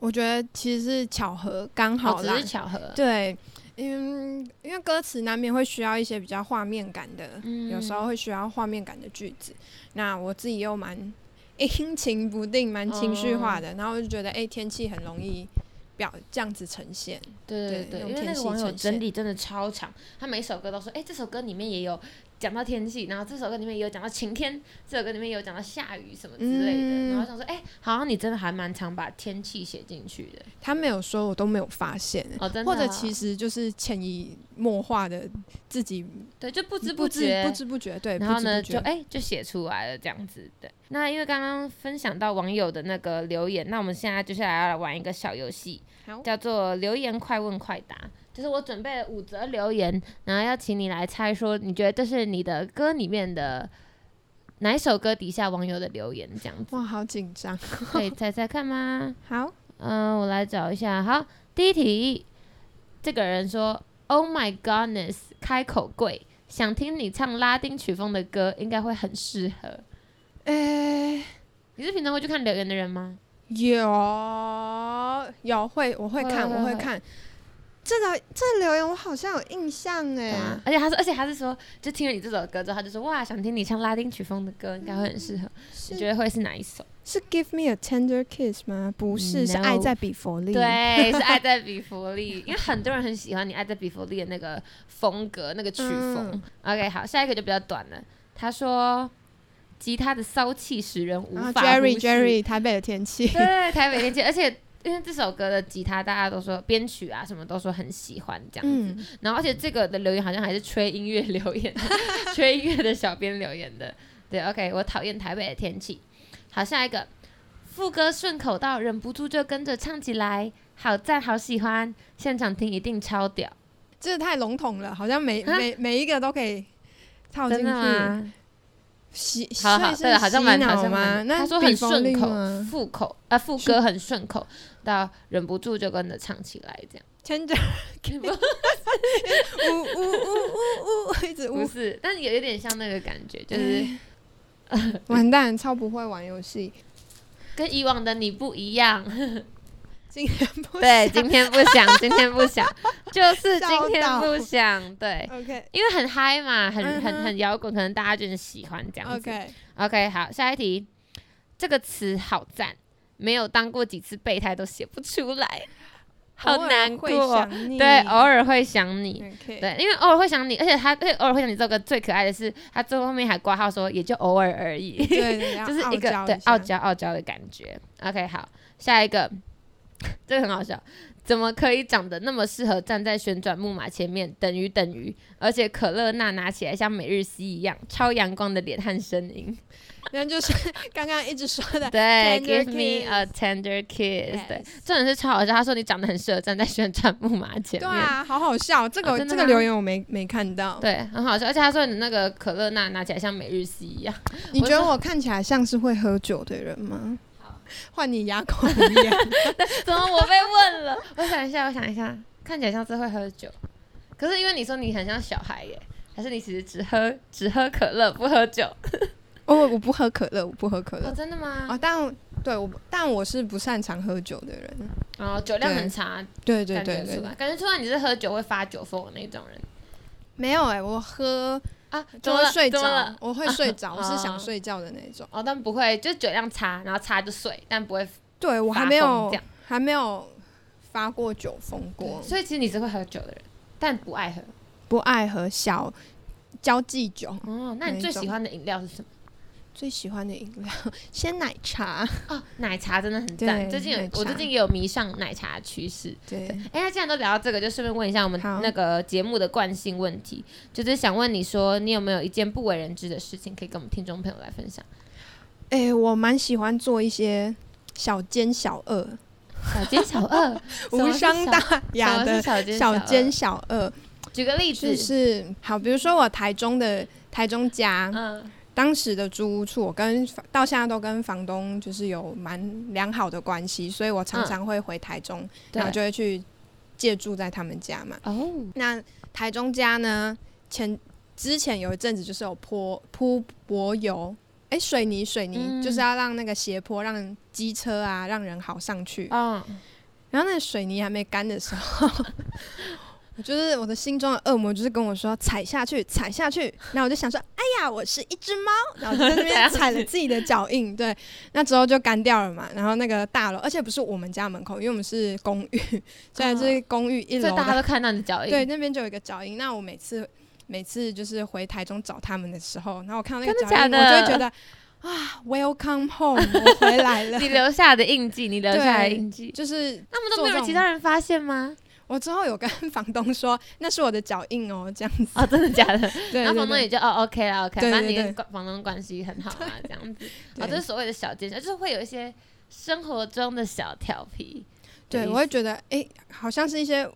我觉得其实是巧合，刚哦好只啦。是巧合啊，对，嗯，因为歌词难免会需要一些比较画面感的，嗯有时候会需要画面感的句子。那我自己又蛮阴晴不定，蛮情绪化哦的，然后我就觉得，哎、天气很容易表这样子呈现。对对对，对用因为那天个气网友呈整现理真的超长，他每一首歌都说，哎、这首歌里面也有讲到天气，然后这首歌里面也有讲到晴天，这首歌里面也有讲到下雨什么之类的，嗯然后想说，哎、好像你真的还蛮常把天气写进去的，他没有说，我都没有发现、哦，真的、或哦，者其实就是潜移默化的自己对，就不知不觉，不知不觉，对，然后不知呢，不就觉哎、就写出来了这样子的。那因为刚刚分享到网友的那个留言，那我们现在接下来要来玩一个小游戏好，叫做留言快问快答。就是我准备了五则留言，然后要请你来猜说，你觉得这是你的歌里面的哪一首歌底下网友的留言这样子，哇，好紧张。可以猜猜看吗？好，嗯，我来找一下。好，第一题，这个人说：“Oh my goodness，开口跪，想听你唱拉丁曲风的歌，应该会很适合。哎、”你是平常会去看留言的人吗？有有会，我会会看，会我会会看。这个这个留言我好像有印象哎、啊，而且他说，而且他是说，就听了你这首歌之后，他就说：“哇，想听你唱拉丁曲风的歌，应该会很适合。嗯你觉是得会是哪一首？是 Give Me a Tender Kiss 吗？不是，是 No 爱在比佛利。，啊对， 是《爱在比佛利》，因为很多人很喜欢你《爱在比佛利》的那个风格、那个曲风。OK，好，嗯下一个就比较短了。他说，吉他的骚气使人无然后法啊 Jerry 忽视 Jerry 台北的天气，对，啊台北天气，而且因为这首歌的吉他，大家都说编曲啊什么都说很喜欢这样子，嗯，然后而且这个的留言好像还是吹音乐留言 的，吹音乐的小编留言的。对，OK，我讨厌台北的天气。好，下一个副歌顺口到忍不住就跟着唱起来，好赞，好喜欢，现场听一定超屌，这太笼统了，好像每啊每每一个都可以套进真的去。吗？洗，所好好，以对，是好像洗蛮好脑像吗？蛮。那他说比很佛顺利口，吗副口呃副顺歌很顺口，到忍不住就跟着唱起来这样。 ，Tender 呜呜呜呜呜，一直不呜，是，但有一点像那个感觉，就是哎 完蛋，超不会玩游戏，跟以往的你不一样。竟然不对，想今天不想，今天不 想，就是今天笑不到想。对， OK 因为很嗨嘛，很嗯很哼很摇滚，可能大家就是喜欢这样子。 OK， OK，好，下一题，这个词好赞，没有当过几次备胎都写不出来，好偶尔难会过。想你对，偶尔会想你。 OK，对，因为偶尔会想你，而且他对偶尔会想你这首歌最可爱的是，他最后面还挂号说也就偶尔而已。对对，就是要一个啊傲娇对下傲娇傲娇的感觉。OK，好，下一个， 这个很好笑，怎么可以长得那么适合站在旋转木马前面？等于等于，而且可乐娜拿起来像每日 C 一样，超阳光的脸和声 音。那就是刚刚一直说 的，对 Tender ，Give me kiss a tender kiss。对 Yes，这人是超好笑，他说你长得很适合站在旋转木马前对面。啊，好好笑，这哦个真的这个吗留言我没没看到，对很好笑，而且他说你那个可乐娜拿起来像每日 C 一样，你我觉得说我看起来像是会喝酒的人吗？ 换你哑口无言，怎么我被问了？ 我想一下，我想一下，看起来像是会喝酒，可是因为你说你很像小孩耶，还是你其实只喝只喝可乐不喝酒？ 哦，我我不喝可乐，我不喝可哦， 乐，真的吗？哦，但对我但我是不擅长喝酒的人，哦，酒量对很差，对对感对觉对出，来，感觉出来你是喝酒会发酒疯的那种人没有哎，我喝啊？怎就么会了睡怎么着了，？我会睡 着，我是哦想睡觉的那种。哦，但不会，就是酒量差，然后差就睡，但不会对我发还疯没有这样。还没有发过酒疯过对，所以其实你是会喝酒的人，但不爱喝。不爱喝小交际酒。哦，那你哪一最种喜欢的饮料是什么？最喜欢的饮料 鲜奶茶，哦，奶茶真的很赞。对最近有奶我最茶近也有迷上奶茶的趋势，对， 哎、那既然都聊到这个，就顺便问一下我们好那个节目的惯性问题，就是想问你说，你有没有一件不为人知的事情可以跟我们听众朋友来分享？哎、我蛮喜欢做一些小奸小恶、，小奸小恶 无伤大雅雅的小奸小奸奸，小恶，举个例子，就是好，比如说我台中的台中家，嗯，当时的租屋处，我跟到现在都跟房东就是有蛮良好的关系，所以我常常会回台中，然后就对，会去借住在他们家嘛。哦，那台中家呢，前之前有一阵子就是有泼铺柏油，哎、水泥水泥、嗯就是要让那个斜坡让机车啊让人好上去。嗯，然后那个水泥还没干的时候， 我就是我的心中的恶魔就是跟我说踩下去，踩下去。然后我就想说，哎呀，我是一只猫，然后我就在那踩下边去踩了自己的脚印。对，那之后就干掉了嘛。然后那个大楼，而且不是我们家门口，因为我们是公寓， 虽然是公寓一所楼以大的家都看到你的脚印，对，，那边就有一个脚印。那我每次每次就是回台中找他们的时候，然后我看到那个真的脚印，假的我就会觉得啊，Welcome home，我回来 了你。留下的印记，你留下的印记，就是那么都没有做这种其他人发现吗？我之后有跟 房东说那是我的脚印哦，这样子。哦，真的假的？对然对后房东对也就哦，OK 啦，OK，对对反正你跟对关房东关系很好嘛，这样子。对哦，这是所谓的小奸商，就是会有一些生活中的小调皮。对，的意我会觉得哎、诶好像是一些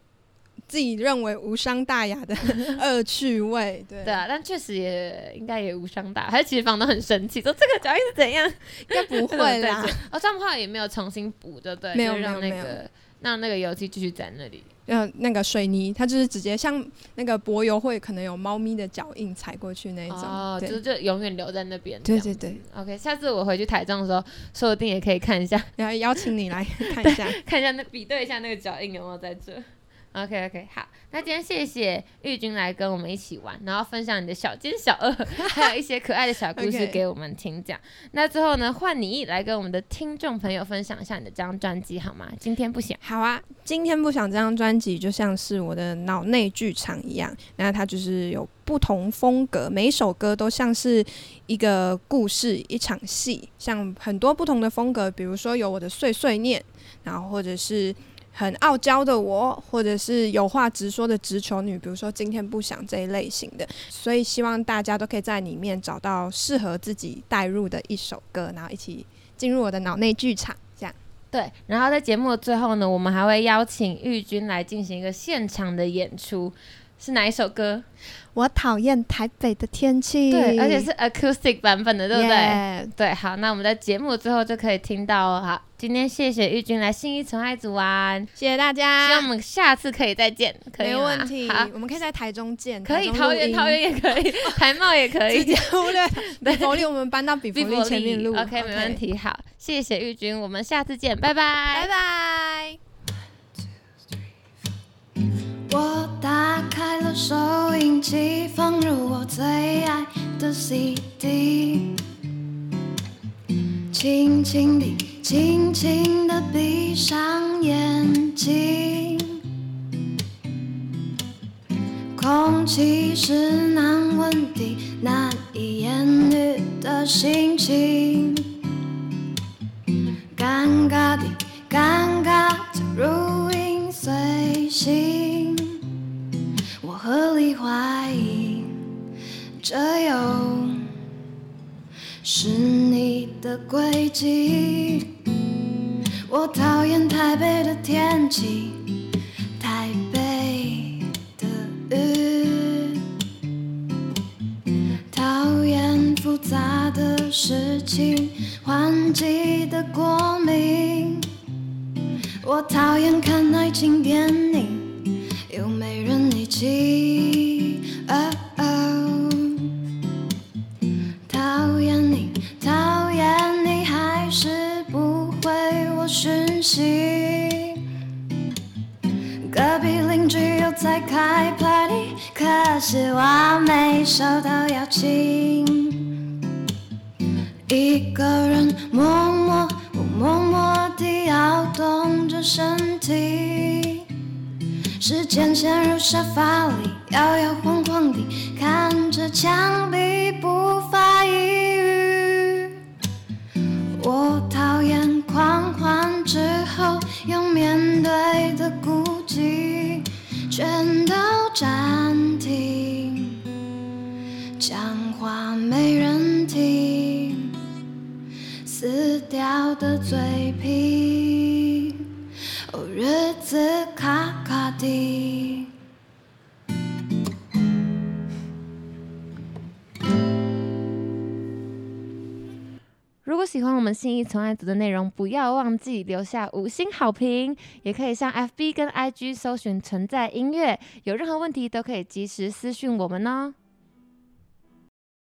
自己认为无伤大雅 的恶趣味。对，对啊，但确实也应该也无伤大雅，还是其实房东很生气，说这个脚印是怎样？应该 不会 啦对。对哦，这样的话也没有重新补，对不对？没有就让那没有没个让那个油漆继续在那里。呃，那个水泥它就是直接像那个柏油会可能有猫咪的脚印踩过去那一种。哦，对就就永远留在那边。对这样对对， OK，下次我回去台中的时候，说不定也可以看一下，然后邀请你 来看一下。看一下那比对一下那个脚印有没有在这。OK OK，好，那今天谢谢玉君来跟我们一起玩，然后分享你的小奸小 恶，还有一些可爱的小故事 OK 给我们听。这样那最后呢，换你来跟我们的听众朋友分享一下你的这张专辑好吗？今天不想，好啊，今天不想这张专辑就像是我的脑内剧场一样，那它就是有不同风格，每一首歌都像是一个故事、一场戏，像很多不同的风格，比如说有我的碎碎念，然后或者是。很傲娇的我，或者是有话直说的直球女，比如说今天不想这一类型的，所以希望大家都可以在里面找到适合自己带入的一首歌，然后一起进入我的脑内剧场，这样。对，然后在节目的最后呢，我们还会邀请玉君来进行一个现场的演出，是哪一首歌？我讨厌台北的天气。对，而且是 acoustic 版本的，欸对不对 Yeah，对，好，那我们在节目最后就可以听到哦。好，今天谢谢玉君来信义纯爱组玩，谢谢大希望我家，们下次可以再见，可以没吗问题好，，我们可以在台中见，可以，台中桃录园音桃园也 可以，台茂也可直以 接。忽略比佛利，我们搬到比比佛利前面录 OK，没问，题。好，谢谢玉君，我们下次见，拜拜拜拜。我打开了收音机，放入我最爱的 CD，轻轻地、轻轻地闭上眼睛，空气是难闻的、难以言喻的心情。尴尬的，尴尬的如影随形。我合理怀疑，这又是你的轨迹。我讨厌台北的天气，台北的雨。讨厌复杂的事情，换季的过敏。我讨厌看爱情电影，又没人一起。哦哦讨厌你，讨厌你，还是不回我讯息。隔壁邻居又在开 party，可是我没收到邀请。一个人默默，我默默地摇动着身体，时间陷入沙发里，摇摇晃晃地看着墙壁，不发一语。我讨厌狂欢之后要面对的孤寂，全都暂停，讲话没人听，撕掉的嘴皮，哦，日子卡卡的。如果喜欢我们信义存爱组的内容，不要忘记留下五星好评，也可以上 FB 跟 IG 搜寻存在音乐，有任何问题都可以及时私讯我们哦。